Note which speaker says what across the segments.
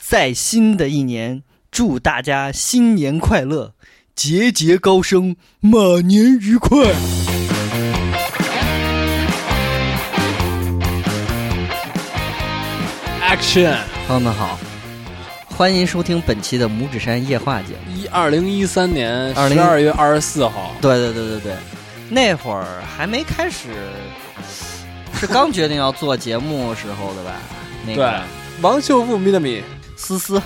Speaker 1: 在新的一年，祝大家新年快乐，节节高升，马年愉快。
Speaker 2: Action！
Speaker 1: 朋友们好，欢迎收听本期的拇指山夜话节目。
Speaker 2: 一二零一三年
Speaker 1: 20
Speaker 2: 十二月二十四号，
Speaker 1: 对对对对对，那会儿还没开始，是刚决定要做节目时候的吧？那
Speaker 2: 对
Speaker 1: 个，
Speaker 2: 王秀富、米德米，
Speaker 1: 思思，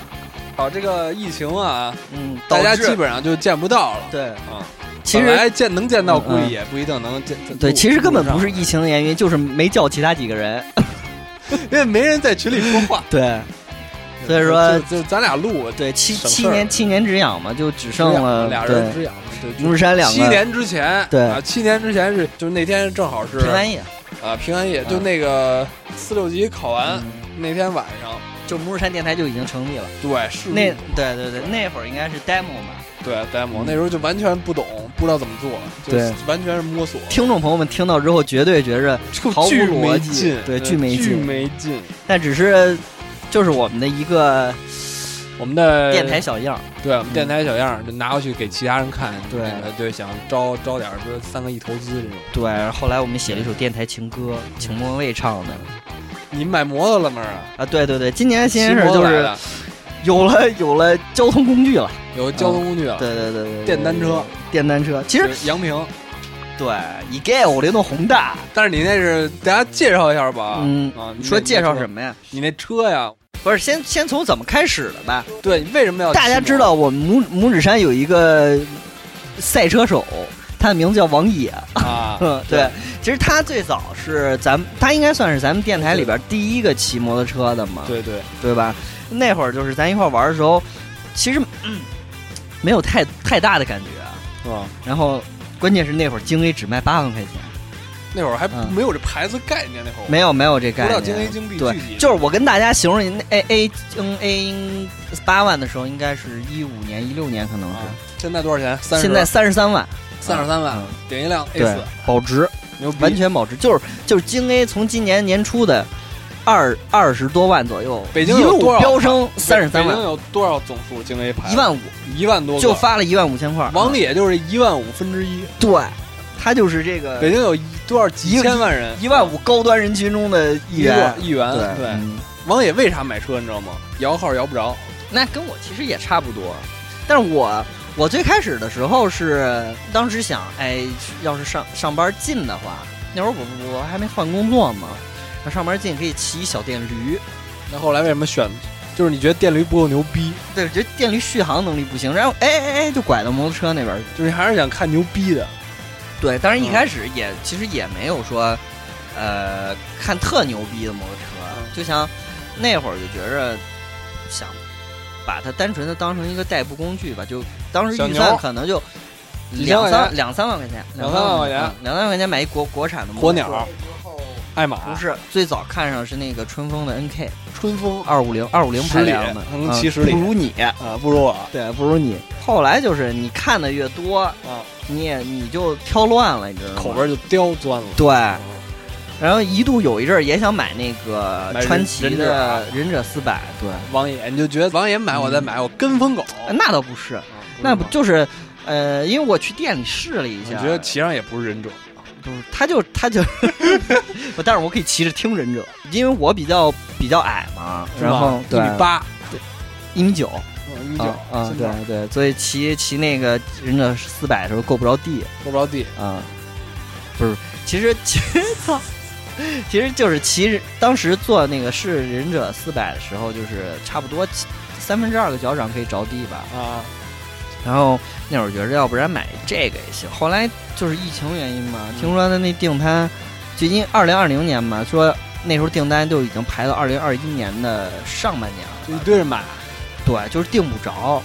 Speaker 2: 搞这个疫情啊，
Speaker 1: 嗯，
Speaker 2: 大家
Speaker 1: 导致
Speaker 2: 基本上就见不到了。
Speaker 1: 对，
Speaker 2: 啊，
Speaker 1: 其
Speaker 2: 本
Speaker 1: 实
Speaker 2: 来见能见到，
Speaker 1: 嗯
Speaker 2: 估计也不一定能见。在
Speaker 1: 对，
Speaker 2: 路
Speaker 1: 其实根本不是
Speaker 2: 路
Speaker 1: 疫情的原因，就是没叫其他几个人。
Speaker 2: 上因为没人在群里说话，
Speaker 1: 对 所以说
Speaker 2: 就就咱俩录
Speaker 1: 对，七
Speaker 2: 省
Speaker 1: 七
Speaker 2: 事儿
Speaker 1: 年七年之痒嘛，就只
Speaker 2: 只
Speaker 1: 剩
Speaker 2: 养
Speaker 1: 了
Speaker 2: 俩
Speaker 1: 对
Speaker 2: 人，只养对
Speaker 1: 拇指山两个
Speaker 2: 七年之前，
Speaker 1: 对
Speaker 2: 啊，七年之前是就是那天正好是
Speaker 1: 平安夜，
Speaker 2: 啊平安夜，
Speaker 1: 嗯
Speaker 2: 就那个四六级考完
Speaker 1: 嗯
Speaker 2: 那天晚上，
Speaker 1: 就拇指山电台就已经成立了。
Speaker 2: 对，是
Speaker 1: 那对对对，那会儿应该是 demo 嘛。
Speaker 2: 对 demo
Speaker 1: 嗯
Speaker 2: 那时候就完全不懂，不知道怎么做，就
Speaker 1: 对
Speaker 2: 完全是摸索，
Speaker 1: 听众朋友们听到之后，绝对觉着，
Speaker 2: 就
Speaker 1: 毫无
Speaker 2: 巨
Speaker 1: 逻
Speaker 2: 没
Speaker 1: 辑
Speaker 2: 劲，
Speaker 1: 对
Speaker 2: 嗯
Speaker 1: 巨没
Speaker 2: 巨
Speaker 1: 劲
Speaker 2: 没劲。
Speaker 1: 但只是就是我们的一个
Speaker 2: 我们的
Speaker 1: 电台，小样儿。
Speaker 2: 对我们
Speaker 1: 嗯
Speaker 2: 电台小样儿，就拿过去给其他人看，
Speaker 1: 对
Speaker 2: 那个对，想招招点儿，比如三个亿投资这种。
Speaker 1: 对，后来我们写了一首电台情歌，请莫文蔚唱的
Speaker 2: 你买摩托了吗？
Speaker 1: 啊。对对对，今年的新鲜事
Speaker 2: 骑
Speaker 1: 儿
Speaker 2: 摩
Speaker 1: 就
Speaker 2: 托来
Speaker 1: 是
Speaker 2: 的
Speaker 1: 有了有了交通工具了。
Speaker 2: 有交通工具了，
Speaker 1: 对对对对对，
Speaker 2: 电单车，
Speaker 1: 电单车。其实
Speaker 2: 就是杨平。
Speaker 1: 对，一盖我这弄宏大，
Speaker 2: 但是你那是大家介绍一下吧。
Speaker 1: 嗯
Speaker 2: 啊，
Speaker 1: 你说介绍什
Speaker 2: 么？
Speaker 1: 么呀？
Speaker 2: 你那车呀，
Speaker 1: 不是，先先从怎么开始的吧。
Speaker 2: 对，你为什么要？
Speaker 1: 大家知，道我们拇拇指山有一个赛车手，他的名字叫王野。
Speaker 2: 啊
Speaker 1: 嗯，对，其实他最早是咱们，他应该算是咱们电台里边第一个骑摩托车的嘛，
Speaker 2: 对对，
Speaker 1: 对吧？那会儿就是咱一块儿玩的时候，其实、嗯没有太太大的感觉。啊
Speaker 2: 是吧？
Speaker 1: 然后关键是那会儿京 A 只卖八万块钱，
Speaker 2: 那会儿还
Speaker 1: 嗯
Speaker 2: 没有这牌子概念，那会儿
Speaker 1: 没有没有这
Speaker 2: 不知
Speaker 1: 概
Speaker 2: 道京 A
Speaker 1: 念。
Speaker 2: 京 B
Speaker 1: 对
Speaker 2: 具体，
Speaker 1: 就是我跟大家形容一那 A A 京 A 八万的时候，应该是一五年一六年可能
Speaker 2: 啊
Speaker 1: 是，
Speaker 2: 现在多少钱？三十，
Speaker 1: 现在三十三万，
Speaker 2: 三十三万
Speaker 1: 嗯，
Speaker 2: 顶一辆 A
Speaker 1: 对
Speaker 2: 四，，
Speaker 1: 保值，
Speaker 2: 牛逼，
Speaker 1: 完全保值，就是就是京 A 从今年年初的二二十多万左右，
Speaker 2: 北京
Speaker 1: 一
Speaker 2: 有
Speaker 1: 路
Speaker 2: 多少
Speaker 1: 飙升三十三
Speaker 2: 北
Speaker 1: 万
Speaker 2: 京，有多少总数京 A 牌？
Speaker 1: 一万五
Speaker 2: 一万多个，
Speaker 1: 就发了一万五千块。
Speaker 2: 王野就是一万五分之一。
Speaker 1: 对，他就是这个
Speaker 2: 北京有一多少几千万人？
Speaker 1: 一万五高端人群中的一
Speaker 2: 一个
Speaker 1: 员。
Speaker 2: 一元，
Speaker 1: 对
Speaker 2: 对。
Speaker 1: 嗯
Speaker 2: 王野为啥买车你知道吗？摇号摇不着，
Speaker 1: 那跟我其实也差不多，但是我我最开始的时候是当时想，哎，要是上上班近的话，那会儿我我还没换工作嘛，那上班近可以骑小电驴，
Speaker 2: 那后来为什么选？就是你觉得电驴不够牛逼，
Speaker 1: 对，我觉得电驴续航能力不行，然后哎哎哎就拐到摩托车那边去。
Speaker 2: 就是你还是想看牛逼的。
Speaker 1: 对，当然一
Speaker 2: 嗯
Speaker 1: 开始也、其实也没有说，呃，看特牛逼的摩托车，啊
Speaker 2: 嗯
Speaker 1: 就像那会儿就觉着想把它单纯的当成一个代步工具吧，就当时
Speaker 2: 小
Speaker 1: 预
Speaker 2: 牛
Speaker 1: 算可能就
Speaker 2: 几千
Speaker 1: 两
Speaker 2: 块
Speaker 1: 三
Speaker 2: 钱
Speaker 1: 两三万块钱，
Speaker 2: 两
Speaker 1: 三
Speaker 2: 三万
Speaker 1: 块
Speaker 2: 块钱
Speaker 1: 嗯两三万块钱买一国国产的摩托
Speaker 2: 火鸟、爱玛、
Speaker 1: 不是最早看上是那个春风的 NK
Speaker 2: 春风
Speaker 1: 二五零二五零
Speaker 2: 十
Speaker 1: 排
Speaker 2: 里
Speaker 1: 量的，
Speaker 2: 能
Speaker 1: 嗯
Speaker 2: 骑十里
Speaker 1: 不如 你，
Speaker 2: 啊，不如我
Speaker 1: 对，不如你。后来就是你看的越多，
Speaker 2: 啊，
Speaker 1: 你也你就挑乱了，你知道吗？
Speaker 2: 口味就刁钻了。
Speaker 1: 对，
Speaker 2: 啊
Speaker 1: 然后一度有一阵儿也想买那个
Speaker 2: 买
Speaker 1: 传
Speaker 2: 忍
Speaker 1: 奇
Speaker 2: 忍者
Speaker 1: 的
Speaker 2: 啊
Speaker 1: 忍者四百，对，
Speaker 2: 王野，你就觉得王野买我再买，我跟风狗，
Speaker 1: 呃那倒不是，
Speaker 2: 嗯啊
Speaker 1: 那不
Speaker 2: 是吗
Speaker 1: 就是呃，因为我去店里试了一
Speaker 2: 我
Speaker 1: 下，
Speaker 2: 觉得骑上也不是忍者，
Speaker 1: 不是，他就他就， 我但是我可以骑着听忍者，因为我比较比较矮嘛，
Speaker 2: 是
Speaker 1: 然
Speaker 2: 吧
Speaker 1: 后
Speaker 2: 一米八，
Speaker 1: 一米九，
Speaker 2: 嗯一米
Speaker 1: 啊
Speaker 2: 九
Speaker 1: 啊，
Speaker 2: 身
Speaker 1: 对
Speaker 2: 高
Speaker 1: 对，所以骑骑那个忍者四百的时候够不着地
Speaker 2: 够不着地，
Speaker 1: 啊，不是，其实 其实操。其实就是骑着，当时做那个试忍者四百的时候，就是差不多骑三分之二个脚掌可以着地吧。
Speaker 2: 啊，
Speaker 1: 然后那会儿觉得，要不然买这个也行。后来就是疫情原因嘛，
Speaker 2: 嗯
Speaker 1: 听说他那订单，最近二零二零年嘛，说那时候订单就已经排到二零二一年的上半年
Speaker 2: 就
Speaker 1: 了
Speaker 2: 一
Speaker 1: 吧。
Speaker 2: 堆人买。
Speaker 1: 对，就是订不着。
Speaker 2: 啊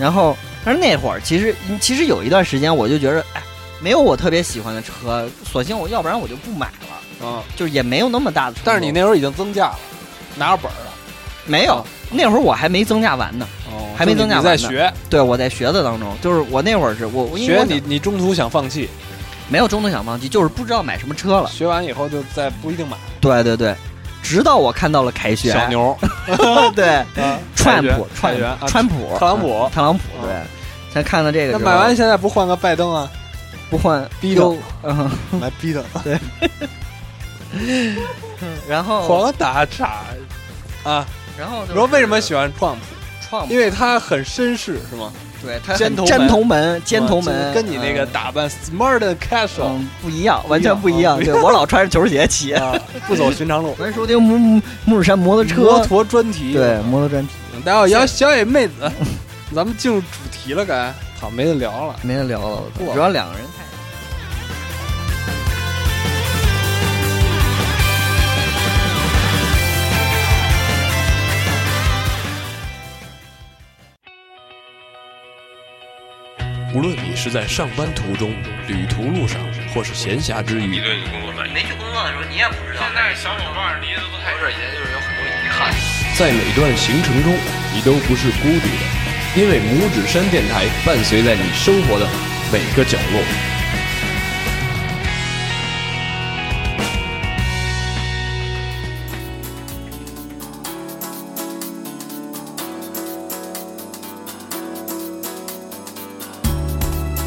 Speaker 1: 然后，但是那会儿其实其实有一段时间，我就觉得，哎，没有我特别喜欢的车，索性我要不然我就不买了，
Speaker 2: 啊，
Speaker 1: 就是也没有那么大的冲动。
Speaker 2: 但是你那时候已经增价了，拿着本儿了，
Speaker 1: 没有
Speaker 2: 啊，
Speaker 1: 那会儿我还没增价完呢。
Speaker 2: 哦
Speaker 1: 还没
Speaker 2: 就你
Speaker 1: 增价
Speaker 2: 你在
Speaker 1: 完呢
Speaker 2: 学
Speaker 1: 对，我在学的当中，就是我那会儿是我我因为
Speaker 2: 学
Speaker 1: 我
Speaker 2: 你
Speaker 1: 想
Speaker 2: 你中途想放弃，
Speaker 1: 没有中途想放弃，就是不知道买什么车了。
Speaker 2: 学完以后就再不一定买。
Speaker 1: 对对对，直到我看到了凯旋，
Speaker 2: 小牛
Speaker 1: 对，
Speaker 2: 啊
Speaker 1: 川
Speaker 2: 裁
Speaker 1: 普
Speaker 2: 员，裁
Speaker 1: 川
Speaker 2: 员啊
Speaker 1: 川普，
Speaker 2: 特朗普
Speaker 1: 啊特朗普，
Speaker 2: 啊
Speaker 1: 对。咱看看这个
Speaker 2: 那
Speaker 1: 之后，
Speaker 2: 买完现在不换个拜登啊？
Speaker 1: 不换
Speaker 2: 逼的
Speaker 1: 哟嗯，
Speaker 2: 买逼的，
Speaker 1: 然后
Speaker 2: 狂打岔啊！
Speaker 1: 然后
Speaker 2: 你
Speaker 1: 就
Speaker 2: 说为什么
Speaker 1: 是
Speaker 2: 喜欢 Trump？
Speaker 1: 创
Speaker 2: 因为他很绅士，是吗？
Speaker 1: 对他
Speaker 2: 尖
Speaker 1: 很
Speaker 2: 头
Speaker 1: 尖
Speaker 2: 门哎
Speaker 1: 头门，尖头
Speaker 2: 就是
Speaker 1: 门
Speaker 2: 跟你那个
Speaker 1: 嗯
Speaker 2: 打扮 smart and casual
Speaker 1: 嗯不一样，完全
Speaker 2: 不
Speaker 1: 不
Speaker 2: 一
Speaker 1: 一
Speaker 2: 样
Speaker 1: 样。
Speaker 2: 啊
Speaker 1: 对我老穿着球鞋 骑。
Speaker 2: 啊，不走寻常路。
Speaker 1: 欢迎收听母母母乳山摩托车，
Speaker 2: 摩托专题，
Speaker 1: 对摩托专题
Speaker 2: 大家好，小小野妹子， 咱们进入主题了，该好没得聊了。
Speaker 1: 没得聊了，我
Speaker 2: 哇
Speaker 1: 操主要两个人太。
Speaker 3: 无论你是在上班途中、旅途路上，或是闲暇之余，
Speaker 4: 你工作满意。
Speaker 1: 没去工作的时候你也不知道
Speaker 4: 现在小伙伴离得都太远，以前就是有很多遗憾。
Speaker 3: 在每段行程中，你都不是孤独的，因为拇指山电台伴随在你生活的每个角落。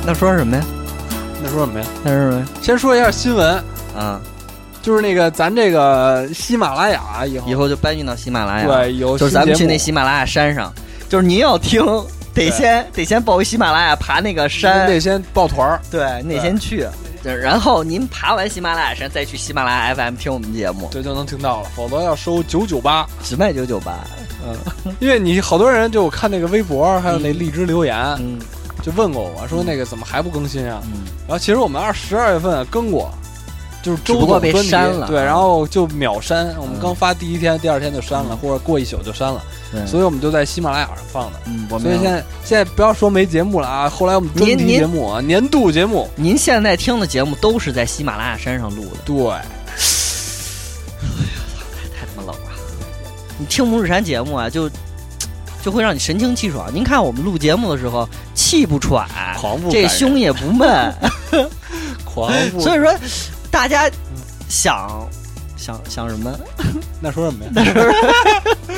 Speaker 1: 那说什么呀？
Speaker 2: 那说什么呀？
Speaker 1: 那是什么呀？
Speaker 2: 先说一下新闻，哦
Speaker 1: 啊，
Speaker 2: 就是那个咱这个喜马拉雅啊以后
Speaker 1: 以后就搬运到喜马拉雅，
Speaker 2: 对有
Speaker 1: 哎就是
Speaker 2: 新
Speaker 1: 咱们
Speaker 2: 节
Speaker 1: 去
Speaker 2: 目
Speaker 1: 那喜马拉雅山上，就是您要听，得先得先报一喜马拉雅爬那个山，
Speaker 2: 得先抱团儿，
Speaker 1: 对，那先去，对然后您爬完喜马拉雅山再去喜马拉雅 FM 听我们节目，
Speaker 2: 这就能听到了，否则要收九九八。
Speaker 1: 只卖九九八，
Speaker 2: 嗯，因为你好多人就我看那个微博，还有那荔枝留言，
Speaker 1: 嗯
Speaker 2: 就问过我说那个怎么还不更新啊？
Speaker 1: 嗯，
Speaker 2: 然后其实我们二十二月份啊更过，就是周
Speaker 1: 只不过
Speaker 2: 总
Speaker 1: 被
Speaker 2: 专题
Speaker 1: 删了啊
Speaker 2: 对，然后就秒删。我们
Speaker 1: 嗯
Speaker 2: 刚发第一天，第二天就删了，
Speaker 1: 嗯
Speaker 2: 或者过一宿就删了，
Speaker 1: 对
Speaker 2: 所以我们就在喜马拉雅上放的。
Speaker 1: 嗯，我
Speaker 2: 所
Speaker 1: 们
Speaker 2: 以现在现在不要说没节目了啊，后来我们专
Speaker 1: 您
Speaker 2: 题
Speaker 1: 您
Speaker 2: 节目啊，年度节目，
Speaker 1: 您现在听的节目都是在喜马拉雅山上录的。
Speaker 2: 对，
Speaker 1: 太他妈冷了。你听拇指山节目啊，就就会让你神清气爽。您看我们录节目的时候，气不喘，
Speaker 2: 狂不
Speaker 1: 这
Speaker 2: 感人
Speaker 1: 胸也不 闷，
Speaker 2: 狂不，
Speaker 1: 所以说大家想想想什么？
Speaker 2: 那说什么呀？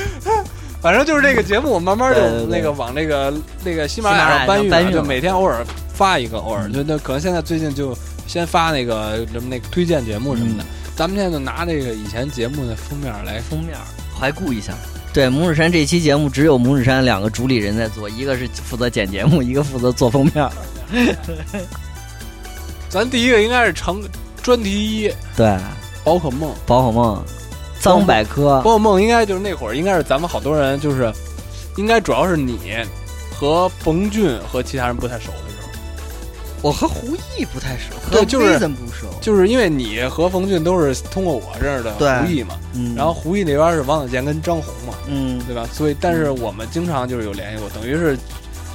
Speaker 2: 反正就是这个节目，我慢慢
Speaker 1: 对对
Speaker 2: 就
Speaker 1: 对
Speaker 2: 那个往那个那个喜马拉雅上搬
Speaker 1: 喜
Speaker 2: 运
Speaker 1: 马拉雅上搬
Speaker 2: 啊，
Speaker 1: 运
Speaker 2: 就每天偶尔发一个，偶尔
Speaker 1: 嗯
Speaker 2: 就那可能现在最近就先发那个什么那个推荐节目什么的。咱们现在就拿这个以前节目的封面来
Speaker 1: 嗯封面怀顾一下。对，拇指山这期节目只有拇指山两个主理人在做，一个是负责剪节目， 一个负责做封面。
Speaker 2: 咱第一个应该是成专题一
Speaker 1: 对，
Speaker 2: 宝可梦，
Speaker 1: 宝可梦、脏百科
Speaker 2: 宝，可梦应该就是那会儿，应该是咱们好多人就是，应该主要是你和冯俊和其他人不太熟的时候，
Speaker 1: 我和胡毅不太熟，
Speaker 2: 对
Speaker 1: 和
Speaker 2: 就是
Speaker 1: 威森不熟。
Speaker 2: 就是因为你和冯俊都是通过我认识的
Speaker 1: 对
Speaker 2: 胡毅嘛，
Speaker 1: 嗯，
Speaker 2: 然后胡毅那边是王小贱跟张红嘛，
Speaker 1: 嗯，
Speaker 2: 对吧？所以但是我们经常就是有联系过，等于是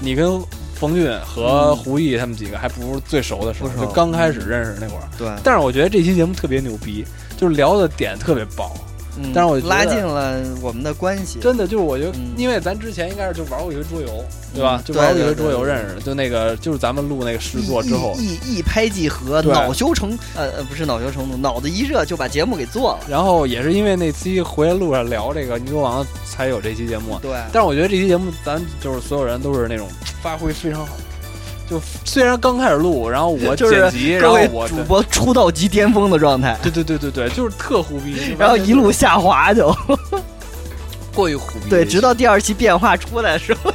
Speaker 2: 你跟冯俊和
Speaker 1: 嗯
Speaker 2: 胡毅他们几个还不是最熟的时候，
Speaker 1: 不熟嗯
Speaker 2: 就刚开始认识那会儿。
Speaker 1: 对，
Speaker 2: 但是我觉得这期节目特别牛逼，就是聊的点特别爆。
Speaker 1: 嗯
Speaker 2: 但是我觉得
Speaker 1: 拉近了我们的关系。
Speaker 2: 真的就是我觉得
Speaker 1: 嗯，
Speaker 2: 因为咱之前应该是就玩过一个桌游，对吧？
Speaker 1: 嗯
Speaker 2: 就玩过一个
Speaker 1: 对对
Speaker 2: 桌游
Speaker 1: 对
Speaker 2: 认识的，就那个就是咱们录那个试做 之后，
Speaker 1: 一一一拍即合，
Speaker 2: 对
Speaker 1: 恼羞成呃呃不是恼羞成怒，脑子一热就把节目给做了。
Speaker 2: 然后也是因为那期回来路上聊这个《尼罗王》才有这期节目。
Speaker 1: 对，
Speaker 2: 但是我觉得这期节目咱就是所有人都是那种发挥非常好，就虽然刚开始录，然后 我
Speaker 1: 就是
Speaker 2: 剪辑，然
Speaker 1: 各
Speaker 2: 后
Speaker 1: 位
Speaker 2: 我
Speaker 1: 主播出道即巅峰的状态，
Speaker 2: 对对对对对，就是特胡 逼，就
Speaker 1: 然后
Speaker 2: 完全
Speaker 1: 一路下滑就
Speaker 2: 过于胡逼，
Speaker 1: 对，直到第二期变化出来的时 候，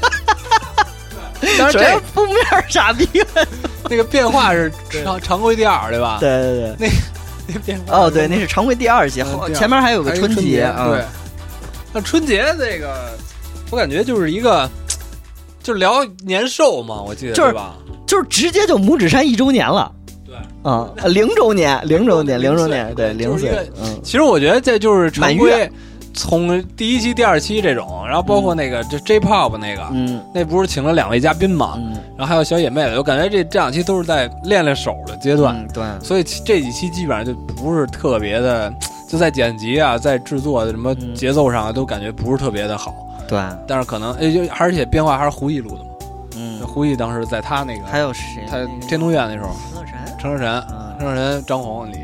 Speaker 2: 但
Speaker 1: 首
Speaker 2: 是
Speaker 1: 先
Speaker 2: 这
Speaker 1: 封面儿傻逼了。
Speaker 2: 那个变 化是常常规第二对吧？
Speaker 1: 对对对。
Speaker 2: 那变化
Speaker 1: 哦，对，那是常规第二期，
Speaker 2: 嗯
Speaker 1: 后
Speaker 2: 第二
Speaker 1: 前面还有个
Speaker 2: 还有春
Speaker 1: 节啊。
Speaker 2: 对，那春节这个，我感觉就是一个，就聊年兽嘛，我记得
Speaker 1: 就是
Speaker 2: 对吧？
Speaker 1: 就是直接就拇指山一周年了
Speaker 2: 对，
Speaker 1: 啊，呃零周年，零周年，零周
Speaker 2: 零岁
Speaker 1: 年，对，零
Speaker 2: 就是一个
Speaker 1: 岁，嗯，
Speaker 2: 其实我觉得这就是常
Speaker 1: 满
Speaker 2: 规
Speaker 1: 月，
Speaker 2: 从第一期、第二期这种，然后包括那个就 J-Pop 那个，
Speaker 1: 嗯
Speaker 2: 那不是请了两位嘉宾嘛，
Speaker 1: 嗯，
Speaker 2: 然后还有小野妹子，我感觉这这两期都是在练练手的阶段，
Speaker 1: 嗯对，
Speaker 2: 所以其这几期基本上就不是特别的，就在剪辑啊，在制作的什么
Speaker 1: 嗯
Speaker 2: 节奏上啊，都感觉不是特别的好。
Speaker 1: 对，
Speaker 2: 但是可能，哎，就而且变化还是胡毅录的嘛。
Speaker 1: 嗯
Speaker 2: 胡毅当时在他那
Speaker 1: 还
Speaker 2: 个
Speaker 1: 有谁？
Speaker 2: 他天通苑那时候，
Speaker 1: 乐神
Speaker 2: 陈志神、
Speaker 1: 啊，
Speaker 2: 陈志神、张红你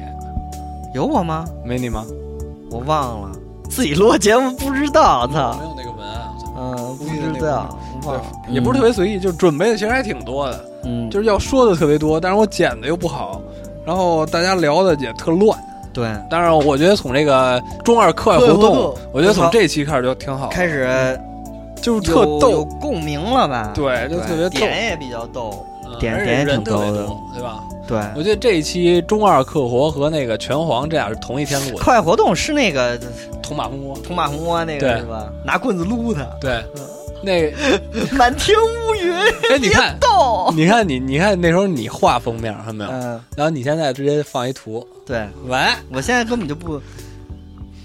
Speaker 1: 有我吗？
Speaker 2: 没你吗？
Speaker 1: 我忘了。自己录节目不知道，操
Speaker 2: 没，有那个文案，
Speaker 1: 啊嗯，不
Speaker 2: 估计是那
Speaker 1: 知道，忘了
Speaker 2: 对，也不是特别随意，就是准备的其实还挺多的，
Speaker 1: 嗯，
Speaker 2: 就是要说的特别多，但是我剪的又不好，然后大家聊的也特乱。
Speaker 1: 对，
Speaker 2: 当然，我觉得从这个中二课外活
Speaker 1: 课外活
Speaker 2: 动
Speaker 1: 动，
Speaker 2: 我觉得从这期开始就挺好，
Speaker 1: 开始
Speaker 2: 就是
Speaker 1: 有
Speaker 2: 特
Speaker 1: 有
Speaker 2: 逗，
Speaker 1: 共鸣了吧？
Speaker 2: 对，就特别逗，
Speaker 1: 点也比较逗，
Speaker 2: 嗯
Speaker 1: 点
Speaker 2: 而且
Speaker 1: 点也
Speaker 2: 人
Speaker 1: 挺
Speaker 2: 特别
Speaker 1: 逗的
Speaker 2: 多，对吧？
Speaker 1: 对。
Speaker 2: 我觉得这一期中二课活和那个拳皇这俩是同一天录的，
Speaker 1: 课外活动是那个
Speaker 2: 同马蜂窝。
Speaker 1: 捅马蜂窝那
Speaker 2: 对
Speaker 1: 个是吧？拿棍子撸他，
Speaker 2: 对，那
Speaker 1: 满天乌云，
Speaker 2: 哎，你看，
Speaker 1: 逗。
Speaker 2: 你看你，你看那时候你画封面看没有？
Speaker 1: 嗯，
Speaker 2: 然后你现在直接放一图，
Speaker 1: 对
Speaker 2: 完，
Speaker 1: 我现在根本就不，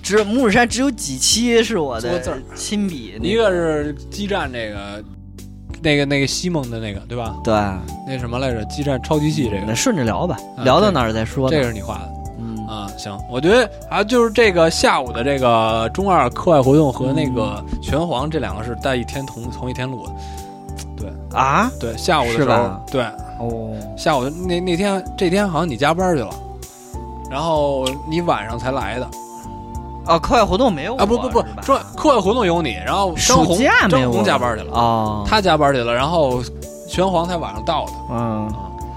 Speaker 1: 只拇指山只有几期是我
Speaker 2: 多
Speaker 1: 的
Speaker 2: 字儿
Speaker 1: 亲笔，
Speaker 2: 一个是激战这个，那个那个西蒙的那个，对吧？
Speaker 1: 对，
Speaker 2: 那什么来着？激战超级系这
Speaker 1: 那
Speaker 2: 个，
Speaker 1: 顺着聊吧，
Speaker 2: 啊
Speaker 1: 聊到哪儿再说吧。
Speaker 2: 这个是你画的
Speaker 1: 嗯，
Speaker 2: 啊？行，我觉得啊，就是这个下午的这个中二课外活动和那个
Speaker 1: 嗯
Speaker 2: 拳皇这两个是在一天同同一天录的。
Speaker 1: 啊，
Speaker 2: 对，下午的
Speaker 1: 是
Speaker 2: 时候
Speaker 1: 吧，
Speaker 2: 对，
Speaker 1: 哦，
Speaker 2: 下午那那天这天好像你加班去了，然后你晚上才来的
Speaker 1: 啊，课外活动没有
Speaker 2: 啊？不不不
Speaker 1: 我是，吧
Speaker 2: 说课外活动有你，然后张
Speaker 1: 暑
Speaker 2: 红
Speaker 1: 假没
Speaker 2: 张
Speaker 1: 有
Speaker 2: 红
Speaker 1: 我
Speaker 2: 加班去了，
Speaker 1: 哦，
Speaker 2: 他加班去了，然后玄黄才晚上到的，
Speaker 1: 嗯，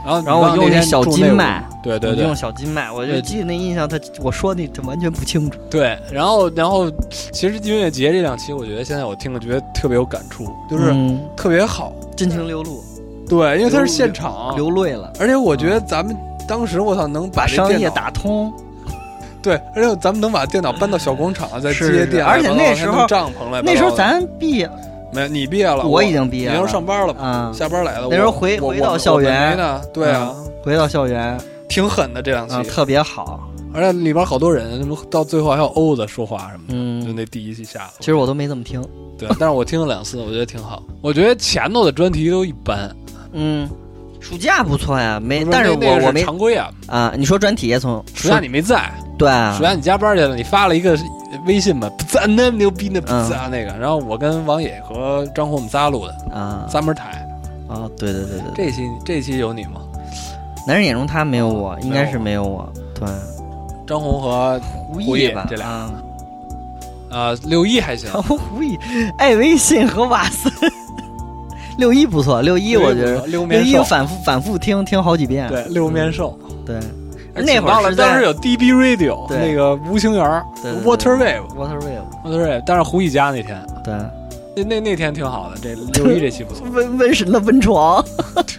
Speaker 2: 然后
Speaker 1: 然后我
Speaker 2: 你
Speaker 1: 用那
Speaker 2: 那天
Speaker 1: 小
Speaker 2: 住
Speaker 1: 金
Speaker 2: 那屋
Speaker 1: 麦，
Speaker 2: 对对
Speaker 1: 你
Speaker 2: 对
Speaker 1: 用小金麦，我就
Speaker 2: 对
Speaker 1: 记得那印象，他我说那这完全不清楚。
Speaker 2: 对，然后然后其实音乐节这两期，我觉得现在我听了觉得特别有感触，就是
Speaker 1: 嗯
Speaker 2: 特别好，
Speaker 1: 真情流露，
Speaker 2: 对，因为它
Speaker 1: 流
Speaker 2: 是现场，
Speaker 1: 流泪了，
Speaker 2: 而且我觉得咱们当时我操能啊把
Speaker 1: 把
Speaker 2: 这
Speaker 1: 商
Speaker 2: 电
Speaker 1: 业
Speaker 2: 脑
Speaker 1: 打通。
Speaker 2: 对，而且咱们能把电脑搬到小广场，再
Speaker 1: 是
Speaker 2: 接
Speaker 1: 是
Speaker 2: 电，
Speaker 1: 而且
Speaker 2: 乱
Speaker 1: 那
Speaker 2: 七八糟
Speaker 1: 时候
Speaker 2: 还弄帐篷来，
Speaker 1: 那时候咱毕业，
Speaker 2: 没有你毕业了，
Speaker 1: 我已经毕
Speaker 2: 你
Speaker 1: 业
Speaker 2: 要
Speaker 1: 了，
Speaker 2: 上班了吧，
Speaker 1: 啊，
Speaker 2: 下班来的。
Speaker 1: 那时候
Speaker 2: 我
Speaker 1: 回
Speaker 2: 我
Speaker 1: 回
Speaker 2: 我
Speaker 1: 到
Speaker 2: 们
Speaker 1: 校
Speaker 2: 我们
Speaker 1: 园嗯
Speaker 2: 没呢，对啊，
Speaker 1: 回到校园，
Speaker 2: 挺狠的这两
Speaker 1: 嗯，
Speaker 2: 期，
Speaker 1: 特别好，
Speaker 2: 而且里边好多人，什么到最后还有欧子说话什么的，就
Speaker 1: 嗯，
Speaker 2: 那第一期下
Speaker 1: 其
Speaker 2: 的，
Speaker 1: 实我都没怎么听，
Speaker 2: 对，但是我听了两次，我觉得挺好。我觉得前头的专题都一般，
Speaker 1: 嗯，暑假不错呀，没，哎但
Speaker 2: 是
Speaker 1: 是我我没
Speaker 2: 常规啊，
Speaker 1: 啊，你说专题从
Speaker 2: 暑假你没在，
Speaker 1: 对啊
Speaker 2: 暑，假你加班去了，你发了一个微信吧，不赞那么牛逼那不
Speaker 1: 嗯
Speaker 2: 赞那个，然后我跟王野和张红我们仨录的，
Speaker 1: 啊
Speaker 2: 三门台。
Speaker 1: 啊，对对对对对，
Speaker 2: 这期这期有你吗？
Speaker 1: 男人眼中他没有我，应该
Speaker 2: 没有
Speaker 1: 是没有我，对，
Speaker 2: 张红和
Speaker 1: 胡
Speaker 2: 胡
Speaker 1: 毅
Speaker 2: 毅
Speaker 1: 吧，
Speaker 2: 这俩
Speaker 1: 啊，
Speaker 2: 呃六一还行
Speaker 1: 然，后胡 毅、艾维信和瓦森， 六一不错，六一我觉得。
Speaker 2: 六
Speaker 1: 六
Speaker 2: 面
Speaker 1: 一
Speaker 2: 兽，
Speaker 1: 反复反复听听好几遍，嗯
Speaker 2: 对六面兽，
Speaker 1: 对，那会
Speaker 2: 忘
Speaker 1: 儿
Speaker 2: 了
Speaker 1: 是
Speaker 2: 当时
Speaker 1: 在
Speaker 2: 有 DB Radio
Speaker 1: 对
Speaker 2: 那个吴兴元儿
Speaker 1: 对对对
Speaker 2: Water Wave
Speaker 1: Water Wave，
Speaker 2: Water Wave，但是胡毅家那天
Speaker 1: 对，
Speaker 2: 那那那天挺好的，这六 一这期不错，
Speaker 1: 瘟瘟神的温床。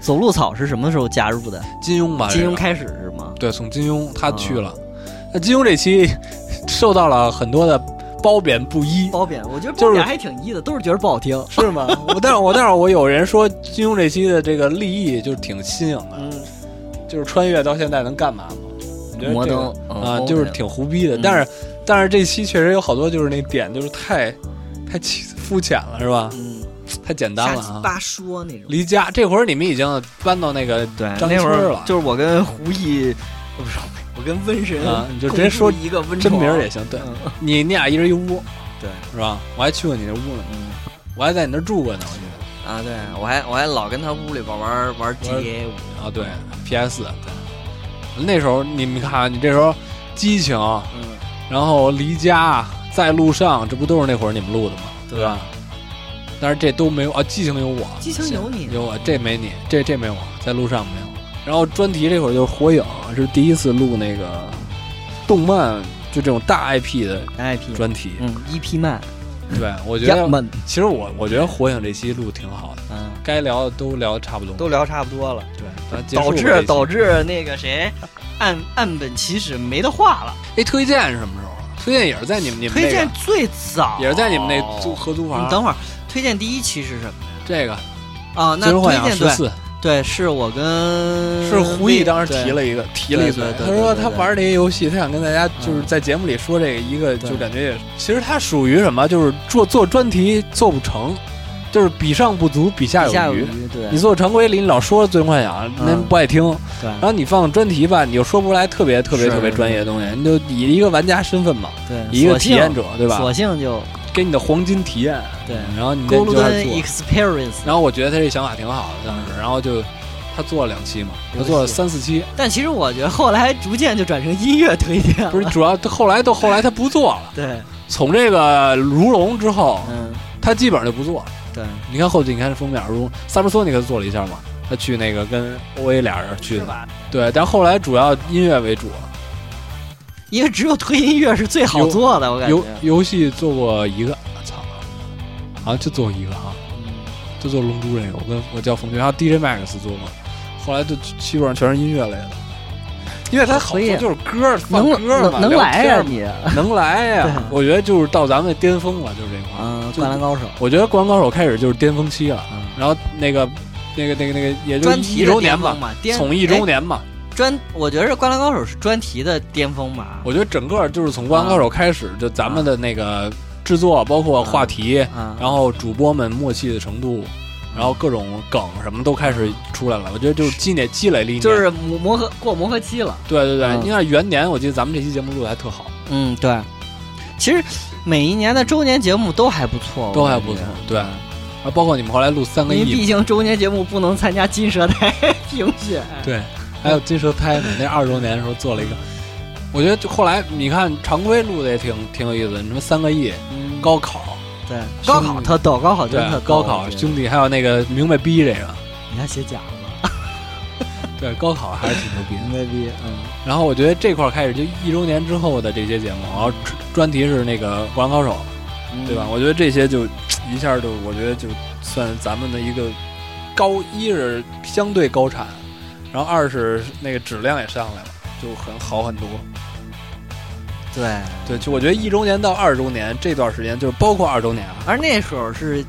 Speaker 1: 走路草是什么时候加入的？
Speaker 2: 金庸吧，
Speaker 1: 金
Speaker 2: 这
Speaker 1: 庸嗯
Speaker 2: 个
Speaker 1: 开始是吗？
Speaker 2: 对，从金庸他去了，那金庸这期受到了很多的褒贬不一。
Speaker 1: 褒贬，我觉得
Speaker 2: 就是
Speaker 1: 褒贬还挺一的，都是觉得不好听。
Speaker 2: 是吗？我但是我但是我有人说金庸这期的这个立意就是挺新颖的，
Speaker 1: 嗯，
Speaker 2: 就是穿越到现在能干嘛吗？你觉得
Speaker 1: 摩
Speaker 2: 这个
Speaker 1: 登
Speaker 2: 啊，就是挺胡逼的。
Speaker 1: 嗯
Speaker 2: 但是但是这期确实有好多就是那点就是太太浅肤浅了是吧？
Speaker 1: 嗯，
Speaker 2: 太简单
Speaker 1: 瞎
Speaker 2: 了
Speaker 1: 鸡
Speaker 2: 啊！
Speaker 1: 巴说那种。
Speaker 2: 离家这会儿你们已经搬到那个
Speaker 1: 对，
Speaker 2: 张
Speaker 1: 那
Speaker 2: 村
Speaker 1: 会
Speaker 2: 儿
Speaker 1: 儿
Speaker 2: 了，
Speaker 1: 就是我跟胡毅，我不是我跟瘟神
Speaker 2: 啊你就直接说
Speaker 1: 共度一个温
Speaker 2: 真名儿
Speaker 1: 床
Speaker 2: 也行。对
Speaker 1: 嗯
Speaker 2: 你你俩一人一屋
Speaker 1: 对，
Speaker 2: 是吧？我还去过你那屋呢，
Speaker 1: 嗯
Speaker 2: 我还在你那儿住过呢，我记
Speaker 1: 啊，对我还我还老跟他屋里边玩玩 GTA 五，
Speaker 2: 得啊。对，PS 对，那时候你们看啊你这时候激情，
Speaker 1: 嗯，
Speaker 2: 然后离家啊在路上，这不都是那会儿你们录的吗？对吧？但是这都没有啊，激情有我，
Speaker 1: 激情有你
Speaker 2: 有我，这没你，这这没有我，在路上没有。然后专题这会儿就是火影，是第一次录那个动漫，就这种大 IP 的
Speaker 1: IP，
Speaker 2: 专题。
Speaker 1: 嗯，EP 嗯漫，
Speaker 2: 对，我觉
Speaker 1: 亚
Speaker 2: 得
Speaker 1: 漫，
Speaker 2: 其实我我觉得火影这期录挺好的，
Speaker 1: 嗯，
Speaker 2: 该聊的都聊的差不多。
Speaker 1: 都聊差不多了。
Speaker 2: 对，咱结束
Speaker 1: 导
Speaker 2: 吧这
Speaker 1: 致
Speaker 2: 期
Speaker 1: 导致那个谁，按按本起始没得话了。
Speaker 2: 哎，推荐是什么时候啊？推荐也是在你们你们那
Speaker 1: 推
Speaker 2: 个
Speaker 1: 荐最早
Speaker 2: 也是在你们那租合租房。
Speaker 1: 哦你等会儿，推荐第一期是什么
Speaker 2: 这个
Speaker 1: 啊？
Speaker 2: 《
Speaker 1: 那
Speaker 2: 最终幻
Speaker 1: 推
Speaker 2: 想
Speaker 1: 荐
Speaker 2: 十
Speaker 1: 对
Speaker 2: 四》。
Speaker 1: 对，是我跟
Speaker 2: 是胡毅当时提
Speaker 1: 了，
Speaker 2: 了一个，提了一嘴
Speaker 1: 嗯对，对对
Speaker 2: 他
Speaker 1: 对
Speaker 2: 说
Speaker 1: 对嗯
Speaker 2: 他玩这些游戏，他想跟大家就是在节目里说这个一个，
Speaker 1: 对
Speaker 2: 就感觉也其实他属于什么，就是做做专题做不成，就是比上不足，比下
Speaker 1: 对下
Speaker 2: 有余。
Speaker 1: 鱼，对
Speaker 2: 你做常规里，你老说最终幻想，
Speaker 1: 嗯
Speaker 2: 人不爱听；
Speaker 1: 对
Speaker 2: 然后你放专题吧，你又说不出来特别特别
Speaker 1: 是
Speaker 2: 特别专业的东西，你就以一个玩家身份嘛，
Speaker 1: 对，
Speaker 2: 以一个
Speaker 1: 索
Speaker 2: 体
Speaker 1: 性
Speaker 2: 验者，对吧？
Speaker 1: 索性就
Speaker 2: 给你的黄金体验，
Speaker 1: 对
Speaker 2: 然后你再你就
Speaker 1: Golden
Speaker 2: 来做。
Speaker 1: Experience，
Speaker 2: 然后我觉得他这想法挺好的，当时，然后就他做了两期嘛，他做了三四期，
Speaker 1: 但其实我觉得后来逐渐就转成音乐推荐了，
Speaker 2: 不是主要他后来到后来他不做了，
Speaker 1: 对，
Speaker 2: 从这个如龙之后，
Speaker 1: 嗯，
Speaker 2: 他基本上就不做了。
Speaker 1: 对，
Speaker 2: 你看后期，你看封面如龙 Summer Sonic 做了一下嘛，他去那个跟 OA 俩人去
Speaker 1: 是
Speaker 2: 的，
Speaker 1: 吧？
Speaker 2: 对，但后来主要音乐为主，
Speaker 1: 因为只有推音乐是最好做的，我感觉嗯
Speaker 2: 游。游戏做过一个，操，好像就做过一个哈、
Speaker 1: 嗯
Speaker 2: 就做龙珠这个，我跟我叫冯军，还有 DJ Max 做嘛，后来就基本上全是音乐类的，因为它好
Speaker 1: 所以
Speaker 2: 多就是歌儿，放
Speaker 1: 能
Speaker 2: 歌儿嘛，
Speaker 1: 能能
Speaker 2: 聊
Speaker 1: 来
Speaker 2: 天
Speaker 1: 呀
Speaker 2: 儿嘛，
Speaker 1: 你？
Speaker 2: 能来
Speaker 1: 对
Speaker 2: 呀，我觉得就是到咱们的巅峰了，就是这块儿。
Speaker 1: 嗯，
Speaker 2: 啊就
Speaker 1: 灌篮高手，
Speaker 2: 我觉得《灌篮高手》开始就是巅峰期了，
Speaker 1: 嗯
Speaker 2: 然后那个那个那个那个也就
Speaker 1: 专题
Speaker 2: 一
Speaker 1: 的
Speaker 2: 周年
Speaker 1: 巅峰
Speaker 2: 吧，
Speaker 1: 嘛，巅
Speaker 2: 从一
Speaker 1: 哎
Speaker 2: 周年嘛，
Speaker 1: 专，我觉得是《灌篮高手》是专题的巅峰吧。
Speaker 2: 我觉得整个就是从《灌篮高手》开始，就咱们的那个制作，包括话题，
Speaker 1: 啊，
Speaker 2: 然后主播们默契的程度，然后各种梗什么都开始出来了。我觉得就是积累积累了一年，
Speaker 1: 就是磨磨合过磨合期了。
Speaker 2: 对对对，
Speaker 1: 嗯
Speaker 2: 你看元年，我记得咱们这期节目录的还特好，
Speaker 1: 嗯，对。其实每一年的周年节目都还不错，
Speaker 2: 都
Speaker 1: 我
Speaker 2: 还
Speaker 1: 感
Speaker 2: 不错
Speaker 1: 觉。
Speaker 2: 对，啊，包括你们后来录三个
Speaker 1: 因为
Speaker 2: 亿，
Speaker 1: 毕竟周年节目不能参加金蛇台 评选。
Speaker 2: 对，还有金蛇胎呢，那二周年的时候做了一个。我觉得就后来你看常规录的也挺挺有意思的，什么三个亿、
Speaker 1: 嗯
Speaker 2: 高考，
Speaker 1: 对
Speaker 2: 兄
Speaker 1: 高考特逗，高考真的
Speaker 2: 对
Speaker 1: 特，
Speaker 2: 高
Speaker 1: 逗
Speaker 2: 考
Speaker 1: 我觉得
Speaker 2: 兄弟，还有那个明白逼这个，
Speaker 1: 你还写假了，
Speaker 2: 对，高考还是挺牛 逼的。
Speaker 1: 白逼，嗯，
Speaker 2: 然后我觉得这块儿开始就一周年之后的这些节目，然后专专题是那个《灌篮高手》，
Speaker 1: 嗯
Speaker 2: 对吧？？我觉得这些就一下就，我觉得就算咱们的一个高，一是相对高产，然后二是那个质量也上来了，就很好很多。
Speaker 1: 对。
Speaker 2: 对，就我觉得一周年到二周年这段时间，就是包括二周年啊，
Speaker 1: 而那时候是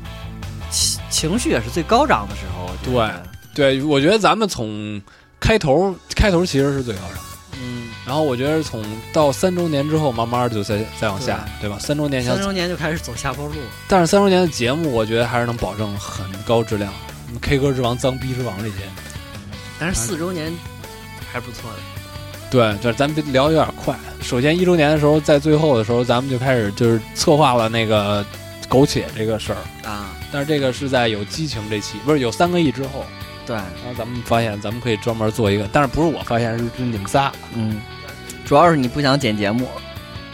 Speaker 1: 情情绪也是最高涨的时候，我觉得，
Speaker 2: 对我觉得咱们从开头开头其实是最高产，
Speaker 1: 嗯，
Speaker 2: 然后我觉得从到三周年之后，慢慢就再再往下，对吧？三周年像
Speaker 1: 三周年就开始走下坡路，
Speaker 2: 但是三周年的节目，我觉得还是能保证很高质量。什么 K 歌之王、脏逼之王这些，
Speaker 1: 但是四周年还是不错的，
Speaker 2: 对，就是咱们聊有点快。首先一周年的时候，在最后的时候，咱们就开始就是策划了那个苟且这个事儿，
Speaker 1: 啊，
Speaker 2: 但是这个是在有激情这期，不是有三个亿之后，
Speaker 1: 对，
Speaker 2: 然后咱们发现咱们可以专门做一个，但是不是我发现，是是你们仨。
Speaker 1: 嗯，主要是你不想剪节目，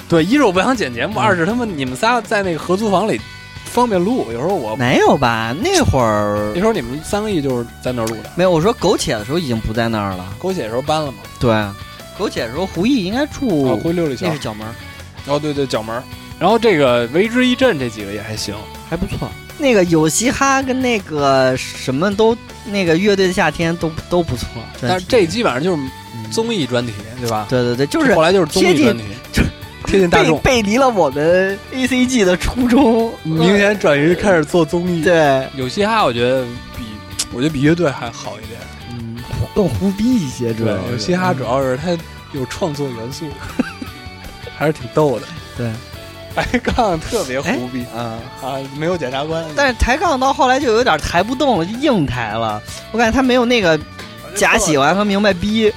Speaker 2: 对，一是我不想剪节目，
Speaker 1: 嗯
Speaker 2: 二是他们你们仨在那个合租房里方便录，有时候我
Speaker 1: 没有吧？那会儿
Speaker 2: 那时候你们三个亿就是在那儿录的，
Speaker 1: 没有，我说苟且的时候已经不在那儿了，
Speaker 2: 苟且的时候搬了嘛，
Speaker 1: 对，苟且的时候胡毅应该
Speaker 2: 啊，
Speaker 1: 住
Speaker 2: 回六里桥
Speaker 1: 那是。角门儿，
Speaker 2: 哦，对对，角门儿。然后这个为之一振这几个也还行，
Speaker 1: 还不错。那个有嘻哈跟那个什么都，那个乐队的夏天都都不错，
Speaker 2: 但是这基本上就是综艺专题，对吧？
Speaker 1: 嗯对对对，就是
Speaker 2: 后来就是综艺专题，
Speaker 1: 贴近
Speaker 2: 贴近大众，嗯
Speaker 1: 背背离了我们 A C G 的初衷。嗯
Speaker 2: 明显转移开始做综艺。，
Speaker 1: 对，
Speaker 2: 有嘻哈我觉得比我觉得比乐队还好一点。
Speaker 1: 嗯，更胡逼一些，主要
Speaker 2: 有
Speaker 1: 是
Speaker 2: 嘻哈主要是它有创作元素，还是挺逗的。
Speaker 1: 对，
Speaker 2: 白杠特别
Speaker 1: 哎
Speaker 2: 胡逼
Speaker 1: 啊。
Speaker 2: 啊，没有检察官，
Speaker 1: 但是抬杠到后来就有点抬不动了，就硬抬了。我感觉他没有那个假喜欢和明白逼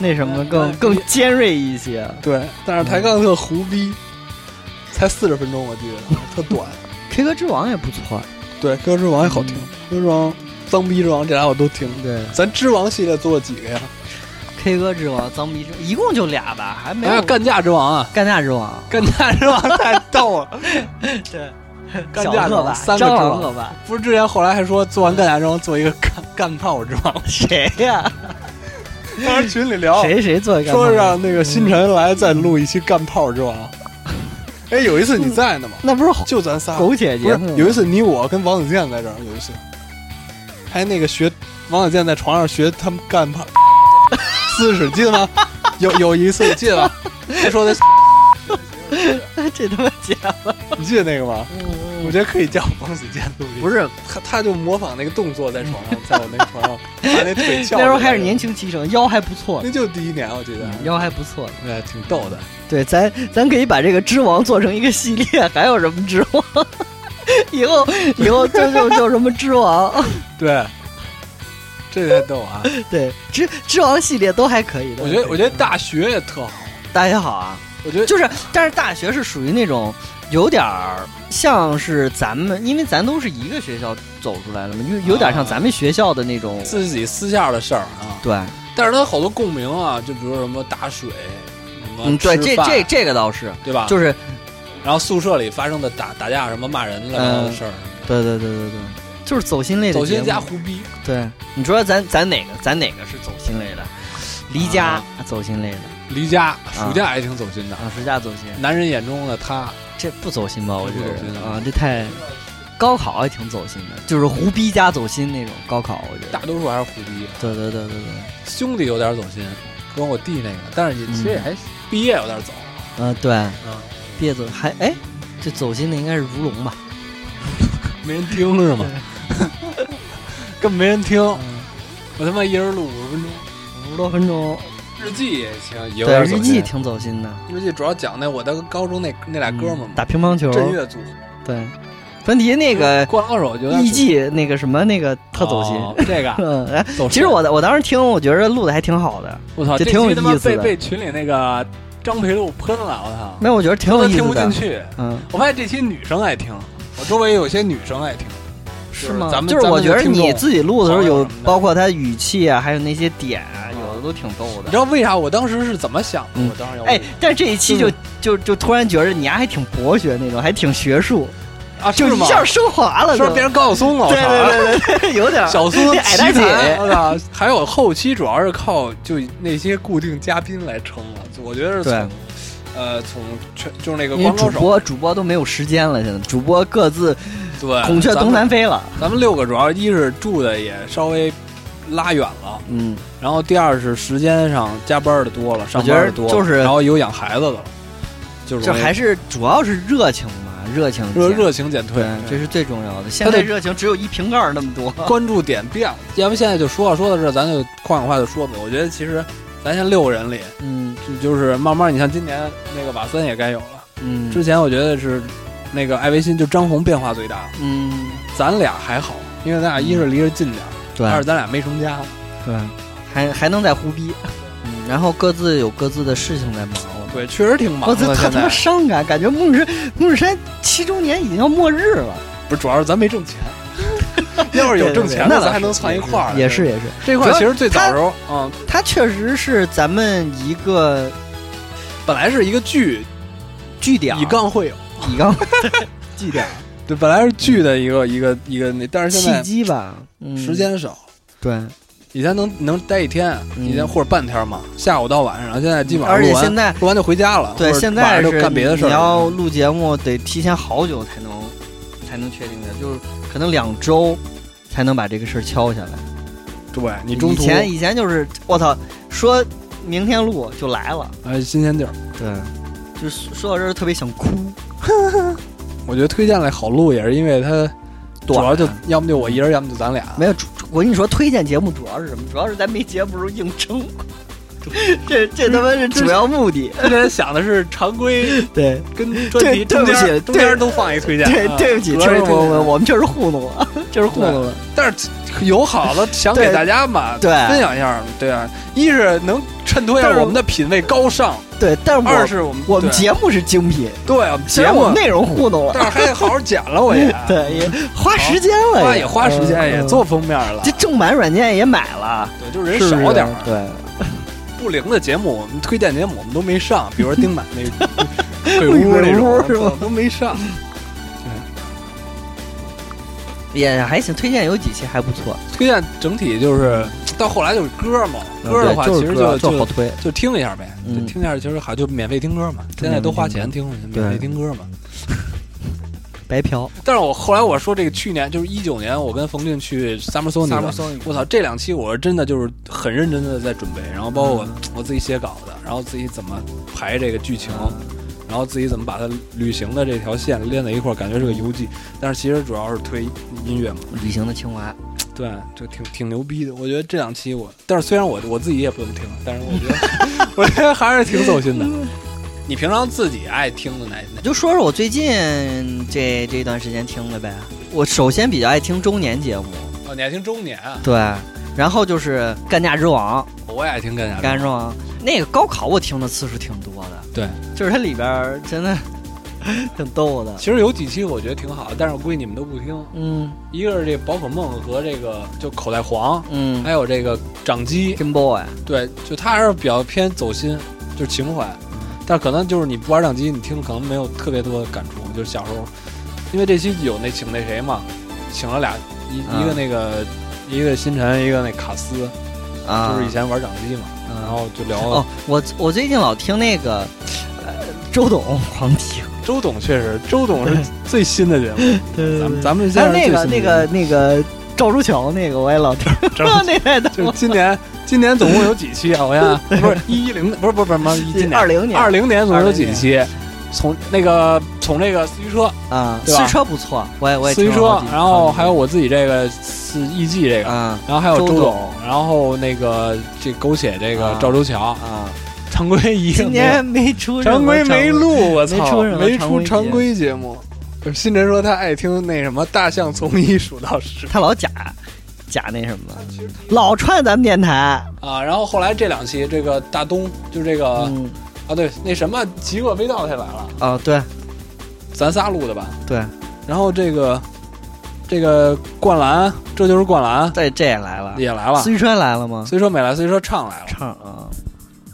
Speaker 1: 那什么的更
Speaker 2: 嗯
Speaker 1: 更尖锐一些。
Speaker 2: 对，但是抬杠特胡逼，才四十分钟我记得特短。
Speaker 1: K 歌之王也不错，
Speaker 2: 对，歌之王也好听，嗯歌之王、脏逼之王这俩我都听。
Speaker 1: 对
Speaker 2: 咱之王系列做了几个呀？
Speaker 1: ，K 歌之王、脏逼之王，一共就俩吧，还没
Speaker 2: 还有
Speaker 1: 有
Speaker 2: 干架之王啊，
Speaker 1: 哎干架之王，
Speaker 2: 干架之王太逗了，
Speaker 1: 对，
Speaker 2: 干
Speaker 1: 小
Speaker 2: 架之
Speaker 1: 恶
Speaker 2: 王
Speaker 1: 霸、
Speaker 2: 三个之
Speaker 1: 蟑螂
Speaker 2: 王
Speaker 1: 恶。霸，
Speaker 2: 不是之前后来还说做完干架之王做一个干干炮之王，
Speaker 1: 谁呀？
Speaker 2: 当时群里聊，
Speaker 1: 谁谁做的干
Speaker 2: 哦说
Speaker 1: 嘛
Speaker 2: 让那个星辰来再录一期干炮之王。哎，有一次你在呢嘛，
Speaker 1: 那不是
Speaker 2: 就咱仨，
Speaker 1: 苟且
Speaker 2: 不
Speaker 1: 节
Speaker 2: 是
Speaker 1: 目吗？
Speaker 2: 有一次你我跟王子健在这儿有一次，还那个学王子健在床上学他们干 嘛姿势，记得吗？有有一次记得吧？他说的，
Speaker 1: 这他妈假的！
Speaker 2: 你记得那个吗？
Speaker 1: 嗯
Speaker 2: 我觉得可以叫王子健录音，
Speaker 1: 不是
Speaker 2: 他他就模仿那个动作在床 上，在我那个床上把那嗯腿翘。
Speaker 1: 那时候还是年，轻嗯气盛，腰还不错
Speaker 2: 那，就第一年我记得，
Speaker 1: 腰还不错。
Speaker 2: 对，挺逗的。
Speaker 1: 对，咱咱可以把这个之王做成一个系列，还有什么之王？ 以后以后就就就什么之王，
Speaker 2: 对，这太逗啊！
Speaker 1: 对之之王系列都还可以的。
Speaker 2: 我觉得我觉得大学也特好，
Speaker 1: 大学好啊，
Speaker 2: 我觉得
Speaker 1: 就是但是大学是属于那种有点儿像是咱们，因为咱都是一个学校走出来的嘛，有有点像咱们学校的那种，
Speaker 2: 自己私下的事儿啊。
Speaker 1: 对，
Speaker 2: 但是他好多共鸣啊，就比如什么打水，什么
Speaker 1: 嗯，对，这
Speaker 2: 吃饭啊
Speaker 1: 这这个倒是，
Speaker 2: 对吧？
Speaker 1: 就是
Speaker 2: 然后宿舍里发生的打打架什么骂人了的事儿，
Speaker 1: 对对对对对，就是走心嗯类的节
Speaker 2: 走
Speaker 1: 目。
Speaker 2: 心加胡逼，
Speaker 1: 对，你说咱咱哪个咱哪个是走心类的？离家、
Speaker 2: 啊
Speaker 1: 走心类的，
Speaker 2: 离家暑假也挺走心的。
Speaker 1: 啊，暑假走心，
Speaker 2: 男人眼中的他，
Speaker 1: 这不走心吧？我觉
Speaker 2: 不走心
Speaker 1: 得
Speaker 2: 啊
Speaker 1: 啊，这太高考也挺走心的，就是胡逼加走心那种高考，我觉得。
Speaker 2: 大多数还是胡逼。
Speaker 1: 对对对对对，
Speaker 2: 兄弟有点走心，跟我弟那个，但是也
Speaker 1: 嗯
Speaker 2: 其实也还毕业有点走。
Speaker 1: 嗯、对，
Speaker 2: 嗯，
Speaker 1: 毕业走还哎，这走心的应该是如龙吧？
Speaker 2: 没人听是吗？ 根本没人听，
Speaker 1: 嗯
Speaker 2: 我他妈一人录五十分钟。
Speaker 1: 五十多分钟，
Speaker 2: 日记也行，也有
Speaker 1: 对
Speaker 2: 点
Speaker 1: 日
Speaker 2: 走心
Speaker 1: 记挺走心的，
Speaker 2: 日记主要讲那我的高中那那俩哥们儿
Speaker 1: 嗯
Speaker 2: 嘛，
Speaker 1: 打乒乓球，
Speaker 2: 震乐组
Speaker 1: 对，芬迪那个
Speaker 2: 灌二手有点
Speaker 1: 艺伎那个什么那个特走心。
Speaker 2: 哦这个啊
Speaker 1: 嗯，哎，
Speaker 2: 走 心
Speaker 1: 其实我我当时听，我觉得录的还挺好的，
Speaker 2: 我操，
Speaker 1: 这
Speaker 2: 这
Speaker 1: 挺有
Speaker 2: 期他妈
Speaker 1: 意思的
Speaker 2: 被被群里那个张培露喷了，我操，
Speaker 1: 没有，我觉得挺
Speaker 2: 我
Speaker 1: 有
Speaker 2: 都
Speaker 1: 意
Speaker 2: 听
Speaker 1: 思
Speaker 2: 不进
Speaker 1: 的。
Speaker 2: 去。
Speaker 1: 嗯，
Speaker 2: 我发现这期女生爱听，我周围有些女生爱听，
Speaker 1: 是
Speaker 2: 是
Speaker 1: 吗？
Speaker 2: 咱们
Speaker 1: 就是我觉得
Speaker 2: 咱们的
Speaker 1: 你
Speaker 2: 听众
Speaker 1: 自己录的时候
Speaker 2: 朋友
Speaker 1: 有
Speaker 2: 什么，的
Speaker 1: 包括它语气啊，还有那些点啊，有的都挺逗
Speaker 2: 你知
Speaker 1: 的。
Speaker 2: 道为啥我当时是怎么想的？
Speaker 1: 嗯
Speaker 2: 我当时要
Speaker 1: 哎，但是这一期就
Speaker 2: 嗯
Speaker 1: 就就突然觉得你丫还挺博学那种，还挺学术，
Speaker 2: 啊，
Speaker 1: 就是一
Speaker 2: 吗？
Speaker 1: 下升华了
Speaker 2: 是
Speaker 1: 都。
Speaker 2: 不是变成高晓松了？我啊
Speaker 1: 对
Speaker 2: 操
Speaker 1: 对对对，有点儿
Speaker 2: 小松
Speaker 1: 矮大
Speaker 2: 奇
Speaker 1: 姐
Speaker 2: 谈，我操！还有后期主要是靠就那些固定嘉宾来撑了，就我觉得是
Speaker 1: 对
Speaker 2: 从呃从全就是那个
Speaker 1: 因为
Speaker 2: 光
Speaker 1: 主
Speaker 2: 高手
Speaker 1: 播主播都没有时间了，现在主播各自
Speaker 2: 对
Speaker 1: 孔雀
Speaker 2: 哎咱
Speaker 1: 东
Speaker 2: 们
Speaker 1: 南飞了。
Speaker 2: 咱们六个主要一是住的也稍微拉远了，
Speaker 1: 嗯，
Speaker 2: 然后第二是时间上加班的多了，上班的多
Speaker 1: 我
Speaker 2: 了，
Speaker 1: 觉得就是
Speaker 2: 然后有养孩子的了，就是
Speaker 1: 这还是主要是热情嘛，热情
Speaker 2: 热
Speaker 1: 减
Speaker 2: 热情减退
Speaker 1: 对，，这是最重要的。现
Speaker 2: 他
Speaker 1: 在
Speaker 2: 得
Speaker 1: 热情只有一瓶盖儿那么多。
Speaker 2: 关注点变了。要不现在就说啊，说到这儿咱就换个话就说吧。我觉得其实咱现在六个人里，
Speaker 1: 嗯
Speaker 2: 就就是慢慢，你像今年那个瓦森也该有了。
Speaker 1: 嗯
Speaker 2: 之前我觉得是那个艾维新，就张红变化最大，
Speaker 1: 嗯，
Speaker 2: 咱俩还好，因为咱俩一是离着近点儿，
Speaker 1: 对
Speaker 2: 二是咱俩没成家。
Speaker 1: 对，还还能再胡逼，嗯，然后各自有各自的事情在忙了。
Speaker 2: 对，确实挺忙
Speaker 1: 我
Speaker 2: 的。
Speaker 1: 这他
Speaker 2: 现
Speaker 1: 他妈
Speaker 2: 在
Speaker 1: 伤感，感觉木日木日山七周年已经要末日了。
Speaker 2: 不是，主要是咱没挣 钱。要是有挣
Speaker 1: 对对对
Speaker 2: 钱了，
Speaker 1: 那
Speaker 2: 咱还
Speaker 1: 倒
Speaker 2: 能
Speaker 1: 是
Speaker 2: 攒一块儿。
Speaker 1: 也是也是，
Speaker 2: 这块儿其实最早的时候，嗯，
Speaker 1: 它确实是咱们一个
Speaker 2: 本来是一个剧，
Speaker 1: 据点儿，
Speaker 2: 以杠会友，
Speaker 1: 以杠 据点儿
Speaker 2: 对，本来是剧的一个一个一个那，但是现
Speaker 1: 契
Speaker 2: 在
Speaker 1: 机吧。嗯，
Speaker 2: 时间少，
Speaker 1: 对，
Speaker 2: 以前能能待一天，
Speaker 1: 嗯
Speaker 2: 一天或者半天嘛，下午到晚上，现在基本上
Speaker 1: 而且
Speaker 2: 录完
Speaker 1: 现在
Speaker 2: 录完就回家了，
Speaker 1: 对，
Speaker 2: 或者
Speaker 1: 现
Speaker 2: 晚
Speaker 1: 在
Speaker 2: 上就是干别的事儿
Speaker 1: 你
Speaker 2: 了。
Speaker 1: 要录节目得提前好久才能才能确定的，就是可能两周才能把这个事儿敲下来。
Speaker 2: 对你中途
Speaker 1: 以前以前就是我操，说明天录就来了，
Speaker 2: 哎新鲜劲儿。
Speaker 1: 对，就是说到这儿特别想哭。
Speaker 2: 我觉得推荐来好录也是因为它主
Speaker 1: 啊
Speaker 2: 要就要么就我一人，要么就咱俩。
Speaker 1: 没有，主我跟你说，推荐节目主要是什么？主要是咱没节目时候硬撑，这这他妈是主要目的。
Speaker 2: 之前想的是 常规
Speaker 1: 对
Speaker 2: 跟专
Speaker 1: 对对
Speaker 2: 题中
Speaker 1: 不起
Speaker 2: 间
Speaker 1: 对
Speaker 2: 中间都放一推荐，
Speaker 1: 对
Speaker 2: 啊，
Speaker 1: 对不起，
Speaker 2: 主
Speaker 1: 听
Speaker 2: 要是
Speaker 1: 众朋友们，
Speaker 2: 推荐
Speaker 1: 我们就是糊弄了，就是糊弄了。
Speaker 2: 但是有好的想
Speaker 1: 对
Speaker 2: 给大家嘛，
Speaker 1: 对
Speaker 2: 分享一下，对啊，一是能衬托一
Speaker 1: 但
Speaker 2: 下
Speaker 1: 是
Speaker 2: 我们的品味高尚，
Speaker 1: 对，但是
Speaker 2: 二
Speaker 1: 我
Speaker 2: 是我们
Speaker 1: 我们
Speaker 2: 对
Speaker 1: 节目是精品，
Speaker 2: 对我们
Speaker 1: 虽
Speaker 2: 节
Speaker 1: 然我
Speaker 2: 目
Speaker 1: 们，内容糊弄了，
Speaker 2: 但是还得好好剪了，我也
Speaker 1: 对，也花时间了，
Speaker 2: 花也花时间，也
Speaker 1: 嗯
Speaker 2: 做封面了
Speaker 1: 这，正版软件也买了，
Speaker 2: 对，就是人
Speaker 1: 是啊不
Speaker 2: 少
Speaker 1: 是
Speaker 2: 点儿，
Speaker 1: 对。
Speaker 2: 不灵的节目，我们推荐节目我们都 没上，比如说丁满那鬼
Speaker 1: 鬼
Speaker 2: 屋那
Speaker 1: 屋
Speaker 2: 种
Speaker 1: 是吧
Speaker 2: 都没上。
Speaker 1: 也还行，推荐有几期还不错。
Speaker 2: 推荐整体就是到后来就是歌嘛，歌的话
Speaker 1: 嗯对
Speaker 2: 其
Speaker 1: 就
Speaker 2: 实
Speaker 1: 是歌就
Speaker 2: 就
Speaker 1: 好推。
Speaker 2: 就听一下呗，
Speaker 1: 嗯
Speaker 2: 就听一下其实好，就免费听歌嘛。现在都花钱听，
Speaker 1: 对
Speaker 2: 免费听歌嘛。
Speaker 1: 白嫖。
Speaker 2: 但是我后来我说这个去年就是一九年，我跟冯俊去 Summer Sonic，的我操，这两期我是真的就是很认真的在准备，然后包括我、我自己写稿子，然后自己怎么排这个剧情，然后自己怎么把它旅行的这条线连在一块儿，感觉是个游记。但是其实主要是推音乐嘛，
Speaker 1: 旅行的清华，
Speaker 2: 对，就挺挺牛逼的。我觉得这两期我， 但是虽然我我自己也不怎么听，但是我觉得 我觉得还是挺走 心的。你平常自己爱听的哪哪？
Speaker 1: 就说说我最近这这段时间听的呗。我首先比较爱听周年节目，
Speaker 2: 哦，你爱听周年，啊，
Speaker 1: 对，然后就是《干架之王》，
Speaker 2: 我也爱听干
Speaker 1: 《
Speaker 2: 啥？
Speaker 1: 干架之王》那个高考我听的次数挺多的，
Speaker 2: 对，
Speaker 1: 就是它里边儿真的 挺逗的。
Speaker 2: 其实有几期我觉得挺好，但是我估计你们都不听。
Speaker 1: 嗯
Speaker 2: 一个是这宝可梦和这个就口袋黄，
Speaker 1: 嗯
Speaker 2: 还有这个掌机，
Speaker 1: ，Game Boy，
Speaker 2: 对，就他还是比较偏走心，就是情怀。但可能就是你不玩掌机，你听可能没有特别多的感触。就是小时候，因为这期有那请那谁嘛，请了俩一、
Speaker 1: 嗯
Speaker 2: 一个那个一个星辰，一个那卡斯，
Speaker 1: 啊，
Speaker 2: 就是以前玩掌机嘛，
Speaker 1: 嗯
Speaker 2: 然后就聊了。
Speaker 1: 哦，我我最近老听那个，呃，周董狂听，
Speaker 2: 周董确实，周董是最新的节目， 咱们咱们现
Speaker 1: 还有
Speaker 2: 在
Speaker 1: 那个那个那个赵书乔那个我也老听， 那太逗
Speaker 2: 就是今年，今年总共有几期啊？我想 想不是一零，不是不是不是，不是今
Speaker 1: 了。
Speaker 2: 年
Speaker 1: 二零年
Speaker 2: 二零年总共有几期？从那个从那个四驱车，
Speaker 1: 啊，
Speaker 2: 对吧
Speaker 1: 私车不错，我也我也
Speaker 2: 四驱
Speaker 1: 听了
Speaker 2: 车
Speaker 1: 好几，
Speaker 2: 然后还有我自己这个是 EG 这个，
Speaker 1: 啊
Speaker 2: 然后还有
Speaker 1: 周
Speaker 2: 周
Speaker 1: 董
Speaker 2: 董，然后那个这狗血这个
Speaker 1: 啊
Speaker 2: 赵州桥，
Speaker 1: 啊，
Speaker 2: 常规一个
Speaker 1: 今
Speaker 2: 没有
Speaker 1: 年没出任
Speaker 2: 常
Speaker 1: 何
Speaker 2: 规没录，我
Speaker 1: 没
Speaker 2: 操，
Speaker 1: 出任何
Speaker 2: 没
Speaker 1: 常
Speaker 2: 出
Speaker 1: 规节
Speaker 2: 常规节目。不是新晨说他爱听那什么大象从一数到十
Speaker 1: 他老假假那什么，老串咱们电台，
Speaker 2: 啊，然后后来这两期这个大东就这个
Speaker 1: 嗯
Speaker 2: 啊对那什么极恶味道他也来了，
Speaker 1: 啊，对
Speaker 2: 咱仨录的吧？
Speaker 1: 对，
Speaker 2: 然后这个这个灌篮，这就是灌篮
Speaker 1: 对这也来了，
Speaker 2: 也来了，
Speaker 1: 私车来了吗？
Speaker 2: 虽说没来，虽说唱来了，
Speaker 1: 唱啊，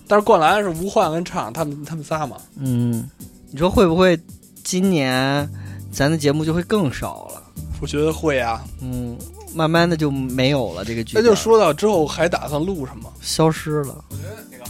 Speaker 2: 但是灌篮是吴焕跟唱他们他们仨嘛，
Speaker 1: 嗯，你说会不会今年咱的节目就会更少了？
Speaker 2: 我觉得会啊。
Speaker 1: 嗯，慢慢的就没有了这个剧，
Speaker 2: 那就说到之后还打算录什么？
Speaker 1: 消失了。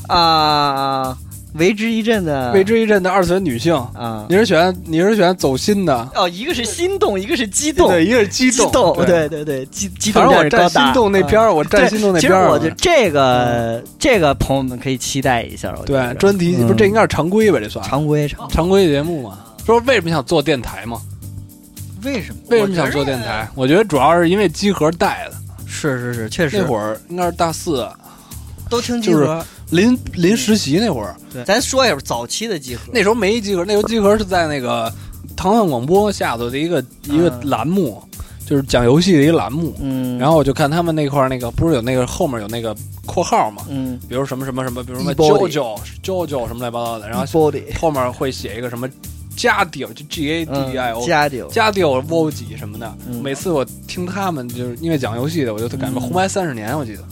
Speaker 1: 啊，为之一振的
Speaker 2: 未知一阵的二次元女性，
Speaker 1: 啊，
Speaker 2: 你是选你是选走心的，
Speaker 1: 哦，一个是心动，一个是激动，
Speaker 2: 对，一个是激
Speaker 1: 激
Speaker 2: 动，
Speaker 1: 对对对，激激动
Speaker 2: 反正
Speaker 1: 战
Speaker 2: 我
Speaker 1: 士
Speaker 2: 站
Speaker 1: 高
Speaker 2: 心
Speaker 1: 达，
Speaker 2: 动那边
Speaker 1: 啊
Speaker 2: 儿，我站
Speaker 1: 对
Speaker 2: 心动那
Speaker 1: 其实
Speaker 2: 边儿。
Speaker 1: 我觉得这个这个朋友们可以期待一下，我觉
Speaker 2: 对
Speaker 1: 得
Speaker 2: 专题
Speaker 1: 嗯
Speaker 2: 不是这应该是常规吧？这算
Speaker 1: 常规常
Speaker 2: 常规节目嘛？说为什么想做电台嘛？
Speaker 1: 为什么
Speaker 2: 为什么想做电？台？我觉得主要是因为集合带的，
Speaker 1: 是是是，确实
Speaker 2: 那会儿应该是大四
Speaker 1: 都听集
Speaker 2: 就是
Speaker 1: 合。
Speaker 2: 临临实习那会儿，
Speaker 1: 咱说一下早期的集合，
Speaker 2: 那时候没集合，那时候集合是在那个唐饭广播下头的一个一个
Speaker 1: 嗯
Speaker 2: 栏目，就是讲游戏的一个栏目。
Speaker 1: 嗯，
Speaker 2: 然后我就看他们那块儿那个，不是有那个后面有那个括号嘛，
Speaker 1: 嗯
Speaker 2: 比如什么什么什么，比如什么
Speaker 1: Ebody
Speaker 2: JoJo JoJo 什么乱七八糟的，然后
Speaker 1: body
Speaker 2: 后面会写一个什么加丢，
Speaker 1: 嗯
Speaker 2: 就 G A D I O
Speaker 1: 加丢
Speaker 2: 加丢 o 几什么的。
Speaker 1: 嗯
Speaker 2: 每次我听他们就是因为讲游戏的，我就特感觉
Speaker 1: 嗯
Speaker 2: 红白三十年，我记得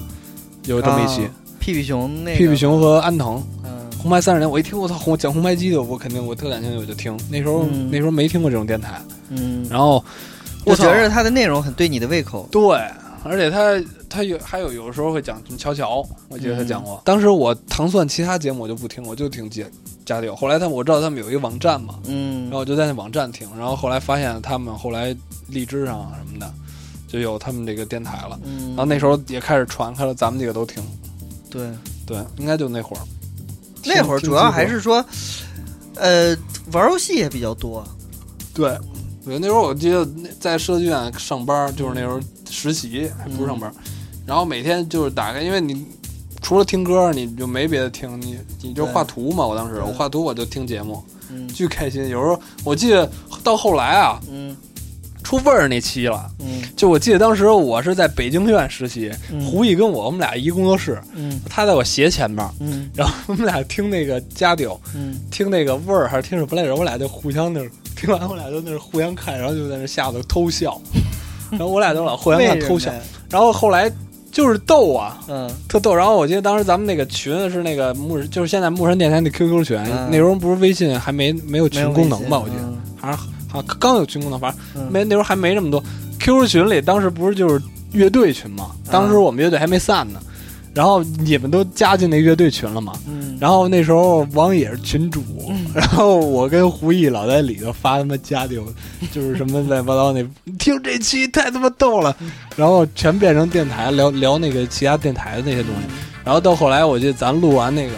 Speaker 2: 有这么一期
Speaker 1: 啊，屁屁熊那个
Speaker 2: 屁屁熊和安藤。
Speaker 1: 嗯
Speaker 2: 红白三十年，我一听我操红讲红白机的，我肯定我特感兴趣，我就听。那时候、
Speaker 1: 嗯
Speaker 2: 那时候没听过这种电台，
Speaker 1: 嗯，
Speaker 2: 然后
Speaker 1: 我觉
Speaker 2: 操
Speaker 1: 着它的内容很对你的胃口，
Speaker 2: 对，而且他他有还有有时候会讲什么乔乔，我记得他讲过。
Speaker 1: 嗯
Speaker 2: 当时我糖蒜其他节目我就不听，我就听家家里有。后来他们我知道他们有一个网站嘛，
Speaker 1: 嗯
Speaker 2: 然后我就在那网站听，然后后来发现他们后来荔枝上啊什么的就有他们这个电台了。
Speaker 1: 嗯，
Speaker 2: 然后啊那时候也开始传开了，咱们几个都听。
Speaker 1: 对
Speaker 2: 对，应该就那会儿。
Speaker 1: 那会儿
Speaker 2: 听
Speaker 1: 主要
Speaker 2: 听
Speaker 1: 还
Speaker 2: 过
Speaker 1: 是说，呃，玩游戏也比较多，
Speaker 2: 对，我觉得那时候我记得那在设计院上班，就是那时候实习，还不是上
Speaker 1: 嗯
Speaker 2: 班，然后每天就是打开，因为你除了听歌，你就没别的听，你你就
Speaker 1: 对
Speaker 2: 画图嘛。我当时
Speaker 1: 对
Speaker 2: 我画图，我就听节目，
Speaker 1: 嗯
Speaker 2: 巨开心。有时候我记得到后来啊，
Speaker 1: 嗯
Speaker 2: 出味儿那期了。
Speaker 1: 嗯
Speaker 2: 就我记得当时我是在北京院实习，
Speaker 1: 嗯
Speaker 2: 胡毅跟我我们俩一工作室，
Speaker 1: 嗯
Speaker 2: 他在我斜前面，
Speaker 1: 嗯
Speaker 2: 然后我们俩听那个家调，
Speaker 1: 嗯，
Speaker 2: 听那个味儿还是听什么来着？我俩就互相那儿听完，我俩就那儿互相看，然后就在那下头偷笑，然后我俩就老互相看偷笑，然后后来就是逗啊，
Speaker 1: 嗯
Speaker 2: 特逗。然后我记得当时咱们那个群是那个牧，就是现在牧神电台那 QQ 群，
Speaker 1: 嗯
Speaker 2: 那时候不是微信还没没有群功能吧？我记得
Speaker 1: 得
Speaker 2: 还是还刚有群功能，反
Speaker 1: 嗯
Speaker 2: 正没那时候还没这么多。QQ 群里当时不是就是乐队群嘛？当时我们乐队还没散呢，然后你们都加进那乐队群了嘛？
Speaker 1: 嗯，
Speaker 2: 然后那时候王也是群主， 然后我跟胡毅老在里头发他妈家里有，就是什么乱七八糟那， 听这期太他妈逗了，然后全变成电台聊聊那个其他电台的那些东西，然后到后来我记得咱录完那个，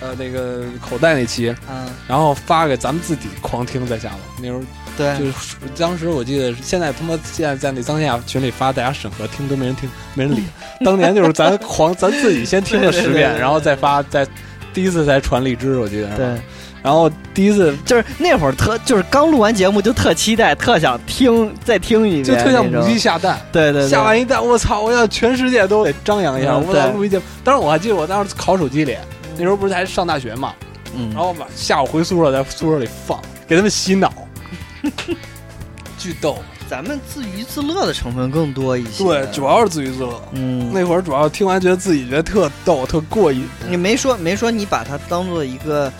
Speaker 2: 呃那个口袋那期，
Speaker 1: 嗯
Speaker 2: 然后发给咱们自己狂听在下头，那时候就
Speaker 1: 对，
Speaker 2: 是当时我记得是现在他妈现在在那当下群里发，大家审核听都没人听，没 人理。当年就是咱狂，咱自己先听了
Speaker 1: 对
Speaker 2: 十
Speaker 1: 对对
Speaker 2: 遍，
Speaker 1: 对
Speaker 2: 然后再发，再第一次才传荔枝，我记得是吧
Speaker 1: 对，
Speaker 2: 然后第一次
Speaker 1: 就是那会儿特就是刚录完节目就特期待，特想听再听一遍，
Speaker 2: 就特像
Speaker 1: 那
Speaker 2: 母
Speaker 1: 种
Speaker 2: 鸡下蛋，
Speaker 1: 对对对，
Speaker 2: 下完一蛋，我操！我要全世界都得张扬一下，
Speaker 1: 嗯
Speaker 2: 我要
Speaker 1: 对
Speaker 2: 录一节目。当时我还记得我当时考手机里，那时候不是还上大学嘛，
Speaker 1: 嗯
Speaker 2: 然后晚下午回宿舍，在宿舍里放，给他们 洗脑，巨逗。
Speaker 1: 咱们自娱自乐的成分更多一些。
Speaker 2: 对，主要是自娱自乐。
Speaker 1: 嗯，
Speaker 2: 那会儿主要听完觉得自己觉得特逗、特过瘾。
Speaker 1: 你没说没说你把它当做一个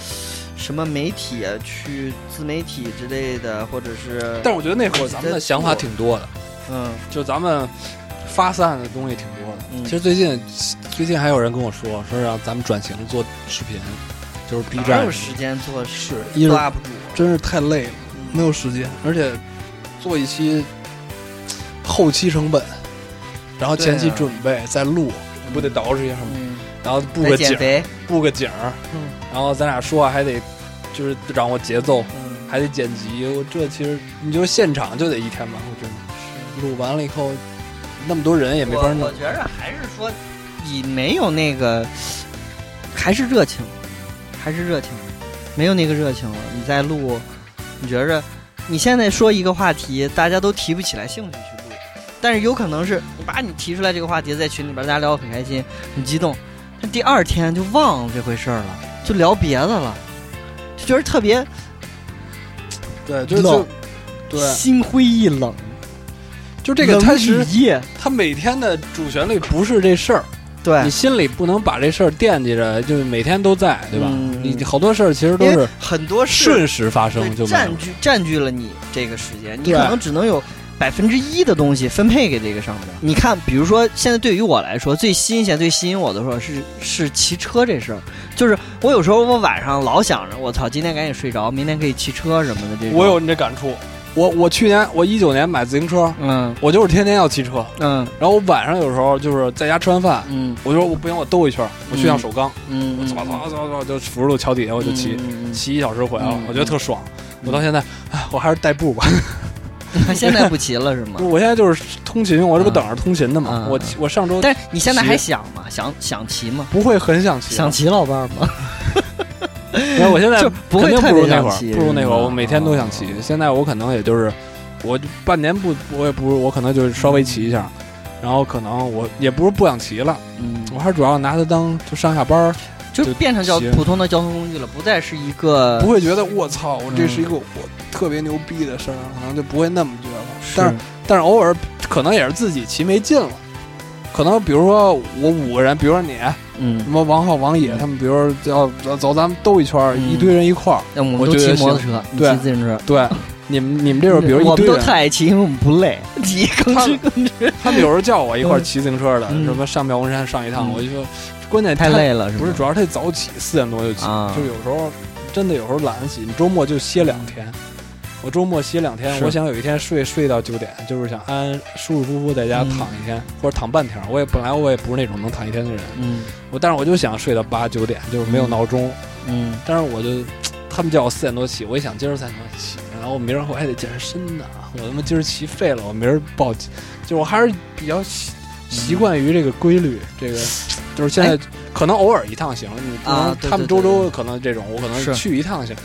Speaker 1: 什么媒体啊，去自媒体之类的，或者是
Speaker 2: 但是我觉得那会儿咱们的想法挺多的，
Speaker 1: 嗯
Speaker 2: 就咱们发散的东西挺多的。
Speaker 1: 嗯
Speaker 2: 其实最近最近还有人跟我说，说让咱们转型做视频，就是 B
Speaker 1: 哪
Speaker 2: 站
Speaker 1: 有，时间做事
Speaker 2: 是一是
Speaker 1: 做 UP 主？
Speaker 2: 真是太累了，
Speaker 1: 嗯
Speaker 2: 没有时间，而且做一期后期成本，然后前期
Speaker 1: 对啊
Speaker 2: 准备、再录，不得捯饬一下吗？
Speaker 1: 嗯，
Speaker 2: 然后布
Speaker 1: 在
Speaker 2: 个景
Speaker 1: 减
Speaker 2: 儿，
Speaker 1: 肥，
Speaker 2: 布个景儿，
Speaker 1: 嗯
Speaker 2: 然后咱俩说话还得就是掌握节奏，
Speaker 1: 嗯，
Speaker 2: 还得剪辑，我这其实你就现场就得一天吧，我觉得录完了以后，那么多人也没法
Speaker 1: 我
Speaker 2: 弄
Speaker 1: 我。觉着还是说你没有那个，还是热情，还是热情，没有那个热情了。你在录，你觉着你现在说一个话题，大家都提不起来兴趣去录，但是有可能是你把你提出来这个话题，在群里边大家聊得很开心，很激动，但第二天就忘了这回事儿了，就聊别的了，就觉得特别
Speaker 2: 对，就
Speaker 1: 冷
Speaker 2: 就对，
Speaker 1: 心灰意冷，
Speaker 2: 就这个
Speaker 1: 冷
Speaker 2: 它
Speaker 1: 雨
Speaker 2: 是
Speaker 1: 夜，
Speaker 2: 它每天的主旋律不是这事儿，
Speaker 1: 对
Speaker 2: 你，心里不能把这事儿惦记着，就是每天都在，对吧？
Speaker 1: 嗯
Speaker 2: 你好多事儿其实都
Speaker 1: 因为
Speaker 2: 是
Speaker 1: 很多事
Speaker 2: 瞬时发生，
Speaker 1: 对，
Speaker 2: 就没有
Speaker 1: 占据占据了你这个时间，你
Speaker 2: 对
Speaker 1: 可能只能有百分之一的东西分配给这个上面。你看，比如说现在对于我来说，最新鲜、最吸引我的时候是是骑车这事儿，就是我有时候我晚上老想着，我操，今天赶紧睡着，明天可以骑车什么的这种。
Speaker 2: 我有你这感触，我我去年我一九年买自行车，
Speaker 1: 嗯
Speaker 2: 我就是天天要骑车，
Speaker 1: 嗯
Speaker 2: 然后我晚上有时候就是在家吃完饭，
Speaker 1: 嗯
Speaker 2: 我就说我不行，我兜一圈儿，我去趟首钢，
Speaker 1: 嗯，
Speaker 2: 我走走
Speaker 1: 嗯
Speaker 2: 走走走，就辅助路桥底下我就骑，
Speaker 1: 嗯嗯
Speaker 2: 骑一小时回来了
Speaker 1: 嗯，
Speaker 2: 我觉得特爽。我到现在，哎，我还是代步吧。
Speaker 1: 嗯现在不骑了是吗？
Speaker 2: 我现在就是通勤，我这不等着通勤的嘛。
Speaker 1: 嗯
Speaker 2: 我我上周
Speaker 1: 但是你现在还想吗？想想骑吗？
Speaker 2: 不会很想骑，
Speaker 1: 想骑老伴儿吗？
Speaker 2: 没有我现在
Speaker 1: 就不会
Speaker 2: 肯定
Speaker 1: 特
Speaker 2: 不如
Speaker 1: 别
Speaker 2: 那会
Speaker 1: 想
Speaker 2: 儿
Speaker 1: 骑，，嗯
Speaker 2: 不如那会
Speaker 1: 是吗
Speaker 2: 儿，
Speaker 1: 哦
Speaker 2: 我每天都想骑。现在我可能也就是，我半年不，我也不，我可能就是稍微骑一下，然后可能我也不是不想骑了，
Speaker 1: 嗯，
Speaker 2: 我还是主要拿它当就上下班儿，
Speaker 1: 就
Speaker 2: 就
Speaker 1: 变成交
Speaker 2: 骑
Speaker 1: 普通的交通工具了，不再是一个
Speaker 2: 不会觉得我操，我这
Speaker 1: 嗯
Speaker 2: 是一个我特别牛逼的事儿，可能就不会那么觉得了。但
Speaker 1: 但
Speaker 2: 是但是偶尔可能也是自己骑没劲了，可能比如说我五个人，比如说你什
Speaker 1: 嗯，
Speaker 2: 么王浩、王野他们，比如说要走走咱们兜一圈儿，
Speaker 1: 嗯
Speaker 2: 一堆人一块儿，
Speaker 1: 那我们
Speaker 2: 我
Speaker 1: 都
Speaker 2: 觉
Speaker 1: 骑
Speaker 2: 得
Speaker 1: 摩托车，你
Speaker 2: 对
Speaker 1: 骑自行车。
Speaker 2: 对， 你们你们这种比如
Speaker 1: 我
Speaker 2: 一
Speaker 1: 们
Speaker 2: 堆
Speaker 1: 都
Speaker 2: 人，
Speaker 1: 太爱骑，因为我们不 累。你更
Speaker 2: 他
Speaker 1: 吃更吃，
Speaker 2: 他们有时候叫我一块儿骑自行车的，
Speaker 1: 嗯
Speaker 2: 什么上妙峰山上一趟，
Speaker 1: 嗯
Speaker 2: 我就说关键
Speaker 1: 太
Speaker 2: 他，
Speaker 1: 累了，是吗
Speaker 2: 不是主要是他早起四点多就起，
Speaker 1: 啊
Speaker 2: 就有时候真的有时候懒得起，你周末就歇两天。我周末歇两天，
Speaker 1: 嗯是
Speaker 2: 我想有一天睡睡到九点，就是想安安舒舒服服在家
Speaker 1: 嗯
Speaker 2: 躺一天，或者躺半天。我也本来我也不是那种能躺一天的人，
Speaker 1: 嗯
Speaker 2: 我但是我就想睡到八九点，就是没有
Speaker 1: 嗯
Speaker 2: 闹钟。
Speaker 1: 嗯，
Speaker 2: 但是我就他们叫我四点多起，我一想今儿三点多起，然后我明儿我还得健身呢，我他妈今儿骑废了，我明儿不好骑，就我还是比较习习惯于这个规律，这个就是现在、可能偶尔一趟行，你不能、
Speaker 1: 哎啊对
Speaker 2: 他们
Speaker 1: 对
Speaker 2: 周
Speaker 1: 对
Speaker 2: 周可能这种，我可能
Speaker 1: 是
Speaker 2: 去一趟行。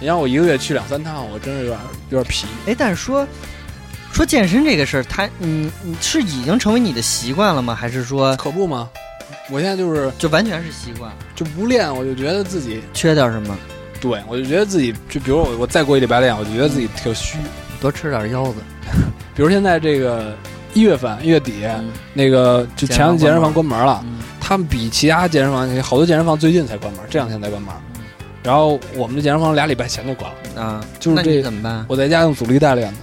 Speaker 2: 你让我一个月去两三趟，我真是有点有点皮。
Speaker 1: 哎，但是说说健身这个事儿，它嗯你是已经成为你的习惯了吗？还是说
Speaker 2: 可不嘛，我现在就是
Speaker 1: 就完全是习惯？
Speaker 2: 就不练，我就觉得自己
Speaker 1: 缺点什么？
Speaker 2: 对我就觉得自己就比如我我再过一礼拜练，我就觉得自己特虚。
Speaker 1: 多吃点腰子。
Speaker 2: 比如现在这个一月份月底，
Speaker 1: 嗯
Speaker 2: 那个就前两个健
Speaker 1: 健
Speaker 2: 身
Speaker 1: 身
Speaker 2: 房
Speaker 1: 房
Speaker 2: 关门了，
Speaker 1: 嗯
Speaker 2: 他们比其他健身房好多健身房最近才关门，这两天才关门
Speaker 1: 嗯。
Speaker 2: 然后我们的健身房俩礼拜前就关了，
Speaker 1: 啊，
Speaker 2: 就是
Speaker 1: 那你
Speaker 2: 这
Speaker 1: 怎么办
Speaker 2: 我在家用阻力带练的，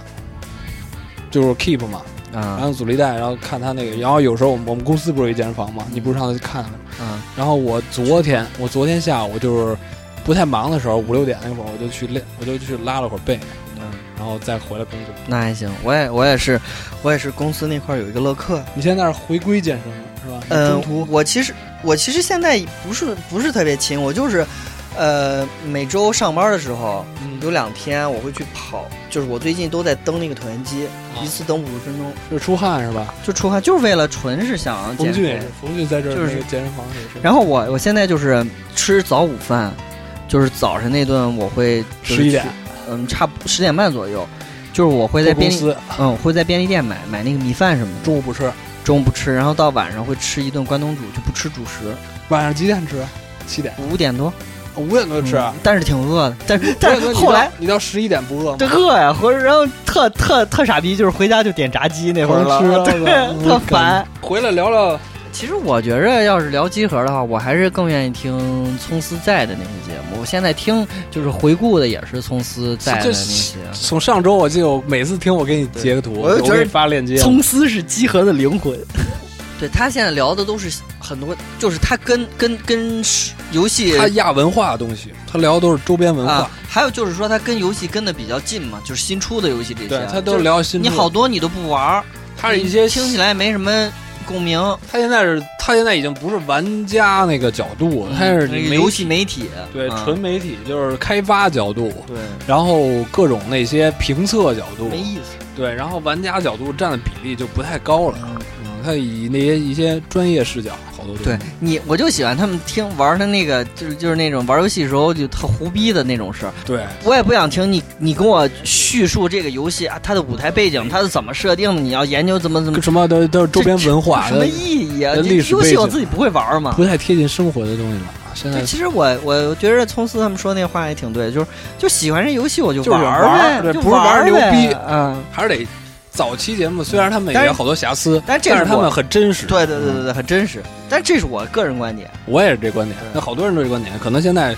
Speaker 2: 就是 keep 嘛，然后
Speaker 1: 啊
Speaker 2: 用阻力带，然后看他那个，然后有时候我们我们公司不是有一健身房嘛，
Speaker 1: 嗯
Speaker 2: 你不是上次去看了？
Speaker 1: 啊？
Speaker 2: 然后我昨天我昨天下午就是不太忙的时候，五六点那会儿我就去练，我就去拉了会儿背，
Speaker 1: 嗯
Speaker 2: 然后再回来工作。
Speaker 1: 那还行，我也我也是，我也是公司那块儿有一个乐客，
Speaker 2: 你现在是回归健身了是吧？
Speaker 1: 呃
Speaker 2: 中途，
Speaker 1: 我其实我其实现在不是不是特别勤，我就是，呃，每周上班的时候
Speaker 2: 嗯
Speaker 1: 有两天我会去跑，就是我最近都在蹬那个椭圆机，
Speaker 2: 啊
Speaker 1: 一次蹬五十分钟，
Speaker 2: 就是出汗是吧？
Speaker 1: 就出汗，就是为了纯是想
Speaker 2: 冯
Speaker 1: 减
Speaker 2: 俊也
Speaker 1: 肥
Speaker 2: 是。，冯俊在这
Speaker 1: 嗯
Speaker 2: 儿
Speaker 1: 就是
Speaker 2: 那个健身房也是。
Speaker 1: 然后我我现在就是吃早午饭，就是早晨那顿我会就是
Speaker 2: 11点
Speaker 1: 去，嗯，差不十点半左右，就是我会在
Speaker 2: 在
Speaker 1: 便
Speaker 2: 公
Speaker 1: 利
Speaker 2: 司
Speaker 1: 嗯会在便利店买买那个米饭什么的，
Speaker 2: 中午不吃，
Speaker 1: 中午不吃，然后到晚上会吃一顿关东煮，就不吃主食，
Speaker 2: 晚上几点吃？七点。
Speaker 1: 五点多。
Speaker 5: 五点多吃，
Speaker 1: 嗯但是挺饿的，但是但
Speaker 5: 五点多
Speaker 1: 是
Speaker 5: 你
Speaker 1: 后
Speaker 5: 到
Speaker 1: 来
Speaker 5: 你到十一点不饿
Speaker 1: 对
Speaker 5: 吗？
Speaker 1: 饿呀，或者然后特特特傻逼，就是回家就点炸鸡那会儿了，
Speaker 5: 狂吃啊
Speaker 1: 对，
Speaker 5: 嗯
Speaker 1: 特烦。
Speaker 5: 回来聊聊
Speaker 1: 其实我觉着，要是聊集合的话，我还是更愿意听葱丝在的那些节目。我现在听就是回顾的也是葱丝在的那些。
Speaker 2: 从上周我记得，我每次听我给你截个图，
Speaker 1: 我就觉得
Speaker 2: 给你发链接。
Speaker 1: 葱丝是集合的灵魂。对他现在聊的都是很多，就是他跟跟跟是游戏
Speaker 2: 他亚文化的东西，他聊的都是周边文化
Speaker 1: 啊，，还有就是说他跟游戏跟的比较近嘛，就是新出的游戏这些。啊
Speaker 2: 对他
Speaker 1: 就
Speaker 2: 都
Speaker 1: 是
Speaker 2: 聊新。
Speaker 1: 你好，多你都不玩儿，
Speaker 2: 他是一些
Speaker 1: 听起来没什么共鸣。
Speaker 2: 他现在是，他现在已经不是玩家那个角度，他是
Speaker 1: 嗯那个
Speaker 2: 媒
Speaker 1: 游戏媒体，
Speaker 2: 对
Speaker 1: 嗯
Speaker 2: 纯媒体，就是开发角度，
Speaker 1: 对，
Speaker 2: 然后各种那些评测角度
Speaker 1: 没，意思。
Speaker 2: 对，然后玩家角度占的比例就不太高了。嗯，他以那些一些专业视角，好多东西
Speaker 1: 对你，我就喜欢他们听玩他那个，就是就是那种玩游戏时候就特胡逼的那种事儿。
Speaker 2: 对，
Speaker 1: 我也不想听你，你跟我叙述这个游戏啊，它的舞台背景，它是怎么设定的，你要研究怎么怎么
Speaker 2: 跟。什么都都是周边文化，
Speaker 1: 这这有什么意义啊？啊
Speaker 2: 呃
Speaker 1: 这
Speaker 2: 历史
Speaker 1: 游
Speaker 2: 背
Speaker 1: 戏
Speaker 2: 景
Speaker 1: 我自己不会玩嘛。
Speaker 2: 不太贴近生活的东西了。现在
Speaker 1: 对，其实我我觉得聪思他们说那话也挺对，就是就喜欢这游戏我就
Speaker 2: 就是
Speaker 1: 玩
Speaker 2: 玩
Speaker 1: 儿
Speaker 2: 儿
Speaker 1: 呗，
Speaker 2: 对
Speaker 1: 就
Speaker 2: 不是玩
Speaker 1: 玩
Speaker 2: 儿
Speaker 1: 儿
Speaker 2: 牛
Speaker 1: 呗
Speaker 2: 逼
Speaker 1: 嗯。
Speaker 2: 还是得早期节目，虽然他们
Speaker 1: 但
Speaker 2: 也
Speaker 1: 是
Speaker 2: 有好多瑕疵，
Speaker 1: 但是这
Speaker 2: 但是嗯
Speaker 1: 是
Speaker 2: 他
Speaker 1: 我
Speaker 2: 们很真实。
Speaker 1: 对对对对对，很真实。但这是我个人观点。
Speaker 2: 我也是这观点
Speaker 1: 对，
Speaker 2: 那好多人都是这观点，可能现在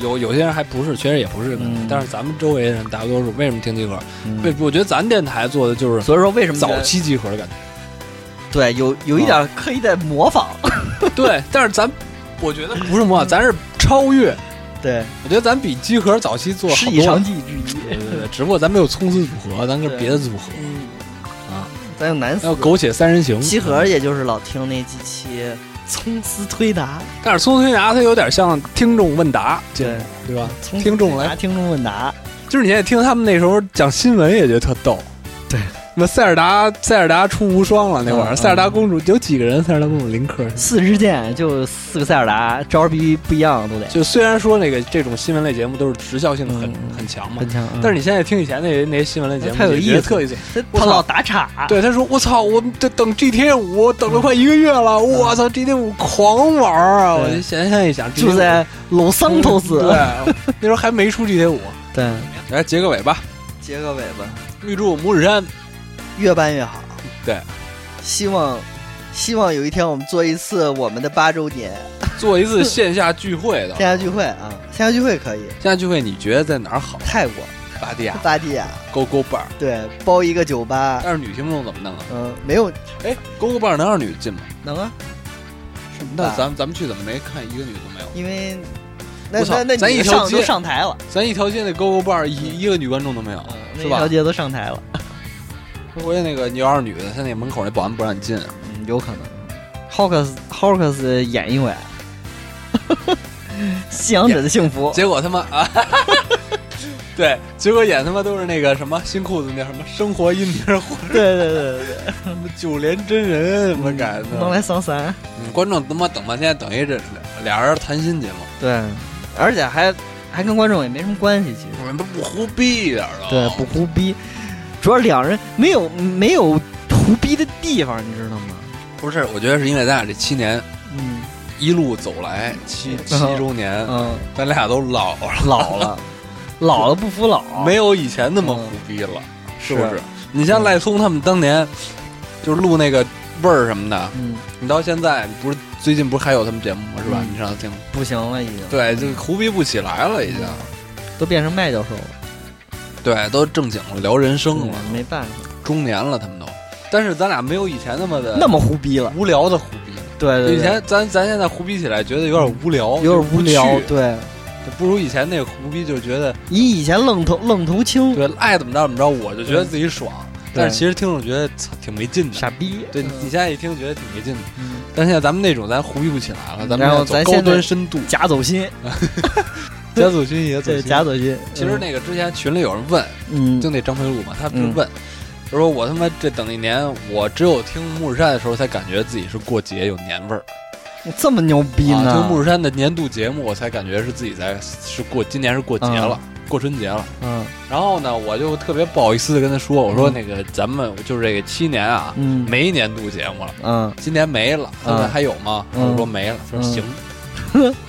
Speaker 2: 有有些人还不是，确实也不是，
Speaker 1: 嗯
Speaker 2: 但是咱们周围人大多数为什么听集合？为、我觉得咱电台做的就是
Speaker 1: 所以说为什么
Speaker 2: 嗯早期集合的感觉，
Speaker 1: 对有有一点刻意在模仿？
Speaker 2: 嗯对，但是咱我觉
Speaker 1: 嗯
Speaker 2: 得不是模仿，咱是超越，
Speaker 1: 对，
Speaker 2: 我觉得咱比集合早期做好
Speaker 1: 师
Speaker 2: 多
Speaker 1: 以长
Speaker 2: 了。
Speaker 1: 技之一
Speaker 2: 对。对对，只不过咱没有葱丝组合，咱跟
Speaker 1: 对
Speaker 2: 别的组合，
Speaker 1: 嗯
Speaker 2: 啊，
Speaker 1: 咱有男
Speaker 2: 还有
Speaker 1: 司
Speaker 2: 苟且三人行。
Speaker 1: 集合，也就是老听那几期葱丝推答，
Speaker 2: 但是葱孙牙它有点像听众问答节目，对吧？
Speaker 1: 葱
Speaker 2: 听众来
Speaker 1: 推答听众问答，
Speaker 2: 就是你现在听他们那时候讲新闻，也觉得特逗。
Speaker 1: 对，
Speaker 2: 那塞尔达塞尔达出无双了那会
Speaker 1: 嗯
Speaker 2: 儿，
Speaker 1: 嗯
Speaker 2: 塞尔达公主有几个人？塞尔达公主林克。
Speaker 1: 四支箭就四个塞尔达，招儿逼不一样都得
Speaker 2: 就虽然说那个这种新闻类节目都是时效性很、
Speaker 1: 嗯
Speaker 2: 很强嘛，
Speaker 1: 很强。
Speaker 2: 但是你现在听以前那些那些新闻类节目，
Speaker 1: 太有
Speaker 2: 也觉得
Speaker 1: 意思
Speaker 2: 特有意思。
Speaker 1: 是
Speaker 2: 我
Speaker 1: 他
Speaker 2: 操
Speaker 1: 老打岔，
Speaker 2: 对，他说：“我操，我这等 GTA 五等了快一个月了，我操，GTA 五狂玩啊！”我
Speaker 1: 对
Speaker 2: 就现在现在一想，
Speaker 1: 就在老桑头斯。
Speaker 2: 对，那时候还没出 GTA 五。
Speaker 1: 对，
Speaker 2: 来结个尾吧，
Speaker 1: 结个尾巴，
Speaker 2: 预祝拇指山
Speaker 1: 越办越好。
Speaker 2: 对，
Speaker 1: 希望希望有一天我们做一次我们的八周年
Speaker 2: 做一次线下聚会的
Speaker 1: 线下聚会啊，线下聚会可以，
Speaker 2: 线下聚会，你觉得在哪儿好？
Speaker 1: 泰国
Speaker 2: 巴蒂亚
Speaker 1: 芭提雅，
Speaker 2: 勾勾伴儿，
Speaker 1: 对，包一个酒吧。
Speaker 2: 但是女听众怎么弄啊？
Speaker 1: 嗯，没有
Speaker 2: 哎，勾勾伴儿能让女的进吗？
Speaker 1: 能啊，是
Speaker 2: 那
Speaker 1: 吧
Speaker 2: 咱们咱们去怎么没看一个女的都没有？
Speaker 1: 因为那
Speaker 2: 我操
Speaker 1: 那那
Speaker 2: 咱
Speaker 1: 你
Speaker 2: 一条
Speaker 1: 上
Speaker 2: 街
Speaker 1: 都上台了，
Speaker 2: 咱一条街那勾勾伴儿一一个女观众都没有，
Speaker 1: 嗯，
Speaker 2: 哦是
Speaker 1: 那条
Speaker 2: 吧？
Speaker 1: 街都上台了，
Speaker 2: 回去那个你要是女的，他那门口那保安不让你进。
Speaker 1: 嗯，有可能。Hawkes Hawkes 演 一回，信仰者的幸福，
Speaker 2: 结果他妈啊，对，结果演他妈都是那个什么新裤子那叫什么生活音名或者
Speaker 1: 对对对对
Speaker 2: 什么九连真人什么改
Speaker 1: 对，嗯能
Speaker 2: 的，
Speaker 1: 来桑三，
Speaker 2: 嗯观众他妈等半天等一这俩人谈心节目，
Speaker 1: 对，而且还还跟观众也没什么关系，其实。
Speaker 2: 我们都不胡逼一点儿了。
Speaker 1: 对，不胡逼，主要两人没有没有胡逼的地方，你知道吗？
Speaker 2: 不是，我觉得是因为咱俩这七年
Speaker 1: 嗯
Speaker 2: 一路走来，七七周年，
Speaker 1: 嗯，
Speaker 2: 咱俩都老了，
Speaker 1: 老了，老了不服老，
Speaker 2: 没有以前那么胡逼了，是不
Speaker 1: 嗯是
Speaker 2: 是？你像赖聪他们当年，就是录那个味儿什么的，
Speaker 1: 嗯，
Speaker 2: 你到现在不是最近不是还有他们节目吗？是吧？
Speaker 1: 嗯
Speaker 2: 你上次听，
Speaker 1: 不行了，已经
Speaker 2: 对，就胡逼不起来了，已经，
Speaker 1: 都变成麦教授了，
Speaker 2: 对，都正经了，聊人生了，
Speaker 1: 嗯没办法，
Speaker 2: 中年了，他们都，但是咱俩没有以前那么的
Speaker 1: 那么胡逼了，
Speaker 2: 无聊的胡逼。
Speaker 1: 对对对，
Speaker 2: 以前咱咱现在胡逼起来，觉得有点无聊，
Speaker 1: 有点无
Speaker 2: 就
Speaker 1: 聊
Speaker 2: 不，趣
Speaker 1: 对
Speaker 2: 不如以前那个胡逼，就觉得
Speaker 1: 你以前愣头愣头青，
Speaker 2: 对，爱怎么着怎么着，我就觉得自己爽。但是其实听众觉得操挺没劲的。
Speaker 1: 傻逼，
Speaker 2: 对，
Speaker 1: 嗯
Speaker 2: 你现在一听觉得挺没劲的。
Speaker 1: 嗯
Speaker 2: 但现在咱们那种，咱胡逼不起来了，咱们
Speaker 1: 然后
Speaker 2: 要走
Speaker 1: 咱
Speaker 2: 高
Speaker 1: 现在
Speaker 2: 端深度。
Speaker 1: 假走心，
Speaker 2: 贾祖君也走
Speaker 1: 对
Speaker 2: 心
Speaker 1: 假走心，
Speaker 2: 其实那个之前群里有人问，
Speaker 1: 嗯
Speaker 2: 就
Speaker 1: 嗯
Speaker 2: 那张飞路嘛，他不是
Speaker 1: 嗯
Speaker 2: 问，他说我他妈这等一年，我只有听木日山的时候才感觉自己是过节有年味儿。
Speaker 1: 嗯这么牛逼
Speaker 2: 啊，听木
Speaker 1: 呢，
Speaker 2: 日山的年度节目，我才感觉是自己在是过今年是过节了，过春节了。
Speaker 1: 嗯
Speaker 2: 然后呢，我就特别不好意思的跟他说，我说
Speaker 1: 嗯
Speaker 2: 那个咱们就是这个七年啊，
Speaker 1: 嗯
Speaker 2: 没年度节目了，
Speaker 1: 嗯
Speaker 2: 今年没了。他说
Speaker 1: 嗯
Speaker 2: 还有吗？
Speaker 1: 嗯
Speaker 2: 我说没了。他说
Speaker 1: 嗯
Speaker 2: 行，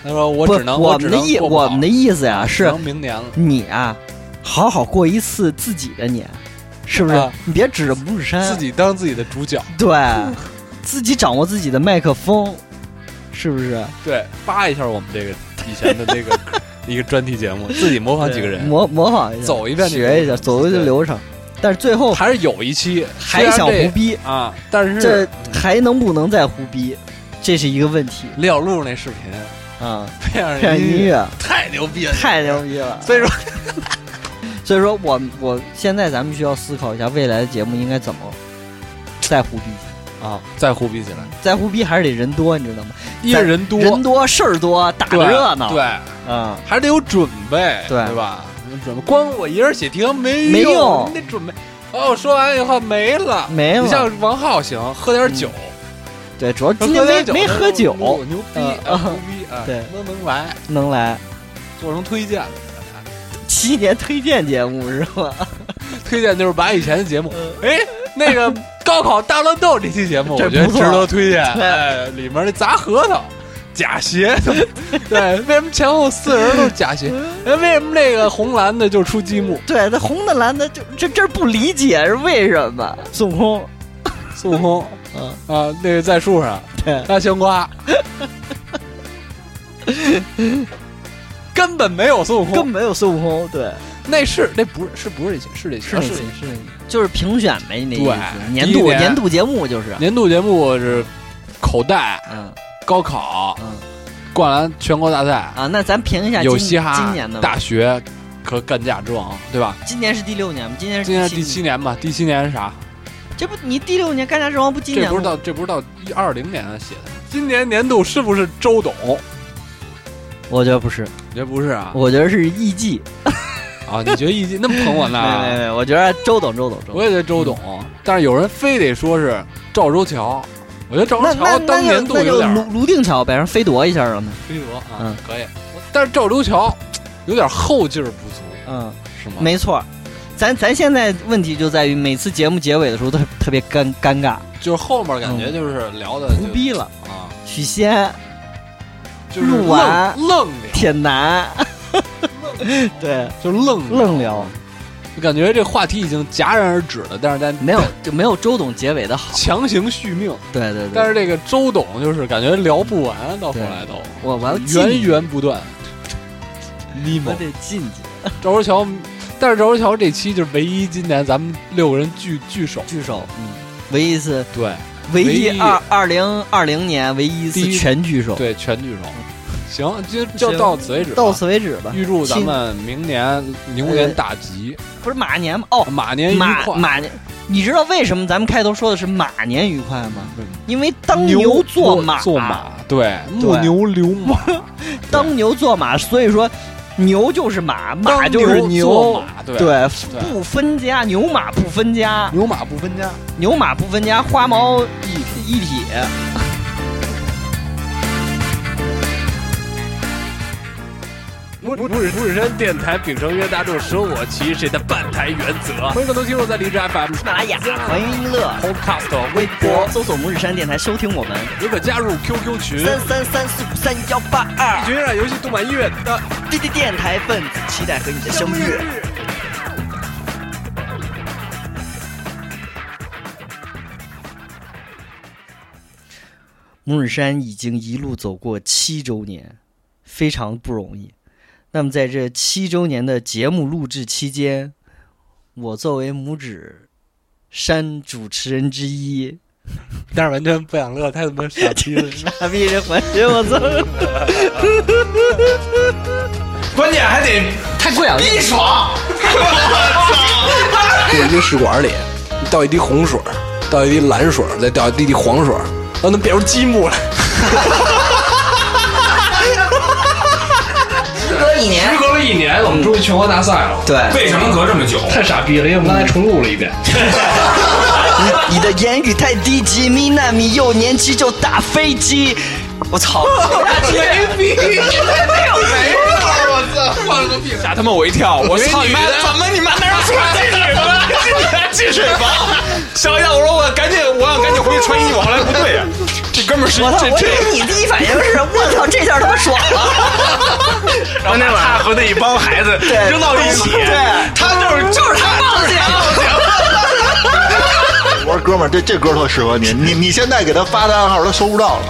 Speaker 2: 他说我
Speaker 1: 不
Speaker 2: 只能
Speaker 1: 我
Speaker 2: 只
Speaker 1: 们的
Speaker 2: 能
Speaker 1: 意
Speaker 2: 过不
Speaker 1: 我
Speaker 2: 好嗯
Speaker 1: 们的啊意思呀
Speaker 2: 只
Speaker 1: 是
Speaker 2: 能明年了。
Speaker 1: 你啊，好好过一次自己的年，是不是？
Speaker 2: 啊
Speaker 1: 你别指着拇指山，
Speaker 2: 自己当自己的主角，
Speaker 1: 对，自己掌握自己的麦克风，是不是？
Speaker 2: 对，扒一下我们这个以前的那 个一个专题节目，自己模仿几个人，
Speaker 1: 模模仿一下，
Speaker 2: 走一遍这个
Speaker 1: 学一下，走一个流程。但是最后
Speaker 2: 还是有一期
Speaker 1: 还想
Speaker 2: 虽
Speaker 1: 胡
Speaker 2: 然
Speaker 1: 逼，
Speaker 2: 这啊，但是
Speaker 1: 这还能不能再胡逼？这是一个问题
Speaker 2: 廖路那视频
Speaker 1: 啊！
Speaker 2: 配上
Speaker 1: 配上音
Speaker 2: 乐
Speaker 1: 乐
Speaker 2: 太牛逼了，
Speaker 1: 太牛逼了，
Speaker 2: 所以说
Speaker 1: 所以说我我现在咱们需要思考一下，未来的节目应该怎么再胡逼啊？
Speaker 2: 再胡逼起来，
Speaker 1: 再胡逼还是得人多，你知道吗？
Speaker 2: 一个人多
Speaker 1: 人多事儿多，打
Speaker 2: 对
Speaker 1: 个热闹，
Speaker 2: 对，
Speaker 1: 啊，
Speaker 2: 还得有准备，
Speaker 1: 对
Speaker 2: 吧？准备光我一人写题没
Speaker 1: 没
Speaker 2: 用
Speaker 1: 用，
Speaker 2: 你得准备。哦，说完以后没了，
Speaker 1: 没
Speaker 2: 你
Speaker 1: 了，
Speaker 2: 像王浩行，喝点酒，
Speaker 1: 对，主要嗯今天
Speaker 2: 喝点
Speaker 1: 没
Speaker 2: 酒，
Speaker 1: 没喝酒，
Speaker 2: 我牛逼，
Speaker 1: 嗯
Speaker 2: 啊牛逼啊！
Speaker 1: 对
Speaker 2: 都能来，
Speaker 1: 能来
Speaker 2: 做成推荐了。
Speaker 1: 七年推荐节目是吧？
Speaker 2: 推荐就是把以前的节目，哎，那个高考大乱斗这期节目，
Speaker 1: 嗯 这
Speaker 2: 我觉得
Speaker 1: 不
Speaker 2: 值
Speaker 1: 错
Speaker 2: 得推荐。
Speaker 1: 对
Speaker 2: 哎，里面那砸核桃、假鞋， 对，为什么前后四人都是假鞋？
Speaker 1: 嗯
Speaker 2: 哎，为什么那个红蓝的就出积木？
Speaker 1: 对，那红的蓝的就这这不理解是为什么？孙悟空，
Speaker 2: 孙悟空
Speaker 1: 嗯
Speaker 2: 啊，那个在树上
Speaker 1: 对
Speaker 2: 拉香瓜，根本没有孙悟
Speaker 1: 根本
Speaker 2: 空。
Speaker 1: 没有孙悟空，对，
Speaker 2: 那是那不是是不是这些是这些
Speaker 1: 是那
Speaker 2: 啊
Speaker 1: 意
Speaker 2: 这
Speaker 1: 思
Speaker 2: 些，
Speaker 1: 是那意思，就是评选呗，那意
Speaker 2: 对
Speaker 1: 思，年
Speaker 2: 第一
Speaker 1: 度
Speaker 2: 年
Speaker 1: 年度节目就是，
Speaker 2: 年度节目是口袋、
Speaker 1: 嗯
Speaker 2: 高考、
Speaker 1: 嗯
Speaker 2: 灌篮全国大赛，
Speaker 1: 啊，那咱评一下
Speaker 2: 有
Speaker 1: 今
Speaker 2: 嘻哈
Speaker 1: 今年的吧
Speaker 2: 大学和干架之王，对吧？
Speaker 1: 今年是第六年吗？今年是
Speaker 2: 今年第
Speaker 1: 七
Speaker 2: 七，年吧，第七年是啥？
Speaker 1: 这不你第六年干啥之王不今
Speaker 2: 这
Speaker 1: 年
Speaker 2: 不是
Speaker 1: 吗？
Speaker 2: 到这不是到一二零年写的。今年年度是不是周董？
Speaker 1: 我觉得不是，
Speaker 2: 你觉得不是啊？
Speaker 1: 我觉得是艺伎，
Speaker 2: 啊，你觉得易经那么捧我呢？
Speaker 1: 没没没，我觉得周董周董周
Speaker 2: 啊我
Speaker 1: 董，
Speaker 2: 也觉得周董，但是有人非得说是赵州桥，我觉得赵
Speaker 1: 那
Speaker 2: 州
Speaker 1: 那
Speaker 2: 桥
Speaker 1: 那
Speaker 2: 当
Speaker 1: 就
Speaker 2: 年度
Speaker 1: 那
Speaker 2: 有
Speaker 1: 就
Speaker 2: 点
Speaker 1: 泸泸定桥呗，让飞夺一下让他，
Speaker 2: 飞得啊，
Speaker 1: 嗯
Speaker 2: 可以。但是赵州桥有点后劲儿不足，
Speaker 1: 嗯，
Speaker 2: 是吗？
Speaker 1: 没错儿。咱咱现在问题就在于每次节目结尾的时候都特别尴尴尬，
Speaker 2: 就是后面感觉就是聊的
Speaker 1: 嗯胡
Speaker 2: 就
Speaker 1: 逼了。
Speaker 2: 啊，
Speaker 1: 许仙、
Speaker 2: 就是
Speaker 1: 录完
Speaker 2: 愣愣聊，
Speaker 1: 铁男， 对，
Speaker 2: 就愣
Speaker 1: 愣聊，
Speaker 2: 就感觉这话题已经戛然而止了，但是咱
Speaker 1: 没有就没有周董结尾的好。
Speaker 2: 强行续命。
Speaker 1: 对对对，
Speaker 2: 但是这个周董就是感觉聊不完，到后
Speaker 1: 对
Speaker 2: 来都
Speaker 1: 我我要进
Speaker 2: 源源不断。尼
Speaker 1: 我
Speaker 2: 莫。
Speaker 1: 得进去，
Speaker 2: 赵州桥，但是赵州桥这期就是唯一今年咱们六个人聚聚首，
Speaker 1: 聚首，嗯，唯一一次
Speaker 2: 对
Speaker 1: 唯
Speaker 2: 唯一
Speaker 1: 一二二零二零年唯一一
Speaker 2: 第
Speaker 1: 次
Speaker 2: 一
Speaker 1: 全聚首，
Speaker 2: 对，全聚首。嗯行，就就
Speaker 1: 行
Speaker 2: 到此为止吧，
Speaker 1: 到此为止吧。
Speaker 2: 预祝咱们明年牛年大吉，
Speaker 1: 不是马年吗？哦，
Speaker 2: 马年愉
Speaker 1: 马
Speaker 2: 快。
Speaker 1: 马年，你知道为什么咱们开头说的是马年愉快吗
Speaker 2: 嗯？
Speaker 1: 因为当
Speaker 2: 牛
Speaker 1: 做马，
Speaker 2: 做马，对，木牛流马，
Speaker 1: 当牛做马，所以说牛就是马，马就是
Speaker 2: 当牛做
Speaker 1: 牛，
Speaker 2: 马，对，
Speaker 1: 对，
Speaker 2: 对
Speaker 1: 不分家，牛马不分家，
Speaker 2: 牛马不分家。
Speaker 1: 牛马不分家，花毛一一体。
Speaker 2: 拇拇指拇指山电台秉承约大众舍我其谁的办台原则，欢迎更多听众在荔枝 FM、
Speaker 1: 喜马
Speaker 5: 哎
Speaker 1: 拉雅、环云音乐、
Speaker 2: Podcast、微
Speaker 1: 微博搜索“拇指山电台”收听我们
Speaker 2: 也可加入 QQ 群，
Speaker 1: 三三三四五三幺八二。
Speaker 2: 群让游戏动漫音乐的
Speaker 1: 滴滴电台分子期待和你的相遇。拇指山已经一路走过七周年，非常不容易。那么在这七周年的节目录制期间，我作为拇指山主持人之一，
Speaker 2: 但是完全不想乐，太他妈傻逼了。
Speaker 1: 傻逼人环节我操，
Speaker 4: 关键还得
Speaker 1: 太过瘾了！
Speaker 4: 一爽，
Speaker 5: 点滴试管里，你倒一滴红水儿，倒一滴蓝水儿，再倒一滴滴黄水儿，然后能变出积木来。
Speaker 1: 隔一年，
Speaker 4: 隔了一年，我们终于全国大赛了。
Speaker 1: 对
Speaker 4: 为什么隔这么久？太傻逼了，因为我们刚才重录了一遍。
Speaker 1: 你的言语太低级，米纳米幼年期就打飞机，我 操！
Speaker 4: 吓他妈我一跳！我操你妈！怎么你妈那是进水吧？ 你还进水吧？想一下，我说我赶紧，我想赶紧回去穿衣服。后来不对呀，这哥们就是
Speaker 1: 我操！
Speaker 4: 这
Speaker 1: 我以
Speaker 4: 这
Speaker 1: 为你第一反应是我操，这下他妈爽了。
Speaker 4: 然后他和那一帮孩子扔到一起，
Speaker 1: 对
Speaker 4: 他就是就是他冒险，
Speaker 6: 我说哥们儿，这这歌特适合你，你你现在给他发单号，他收不到了。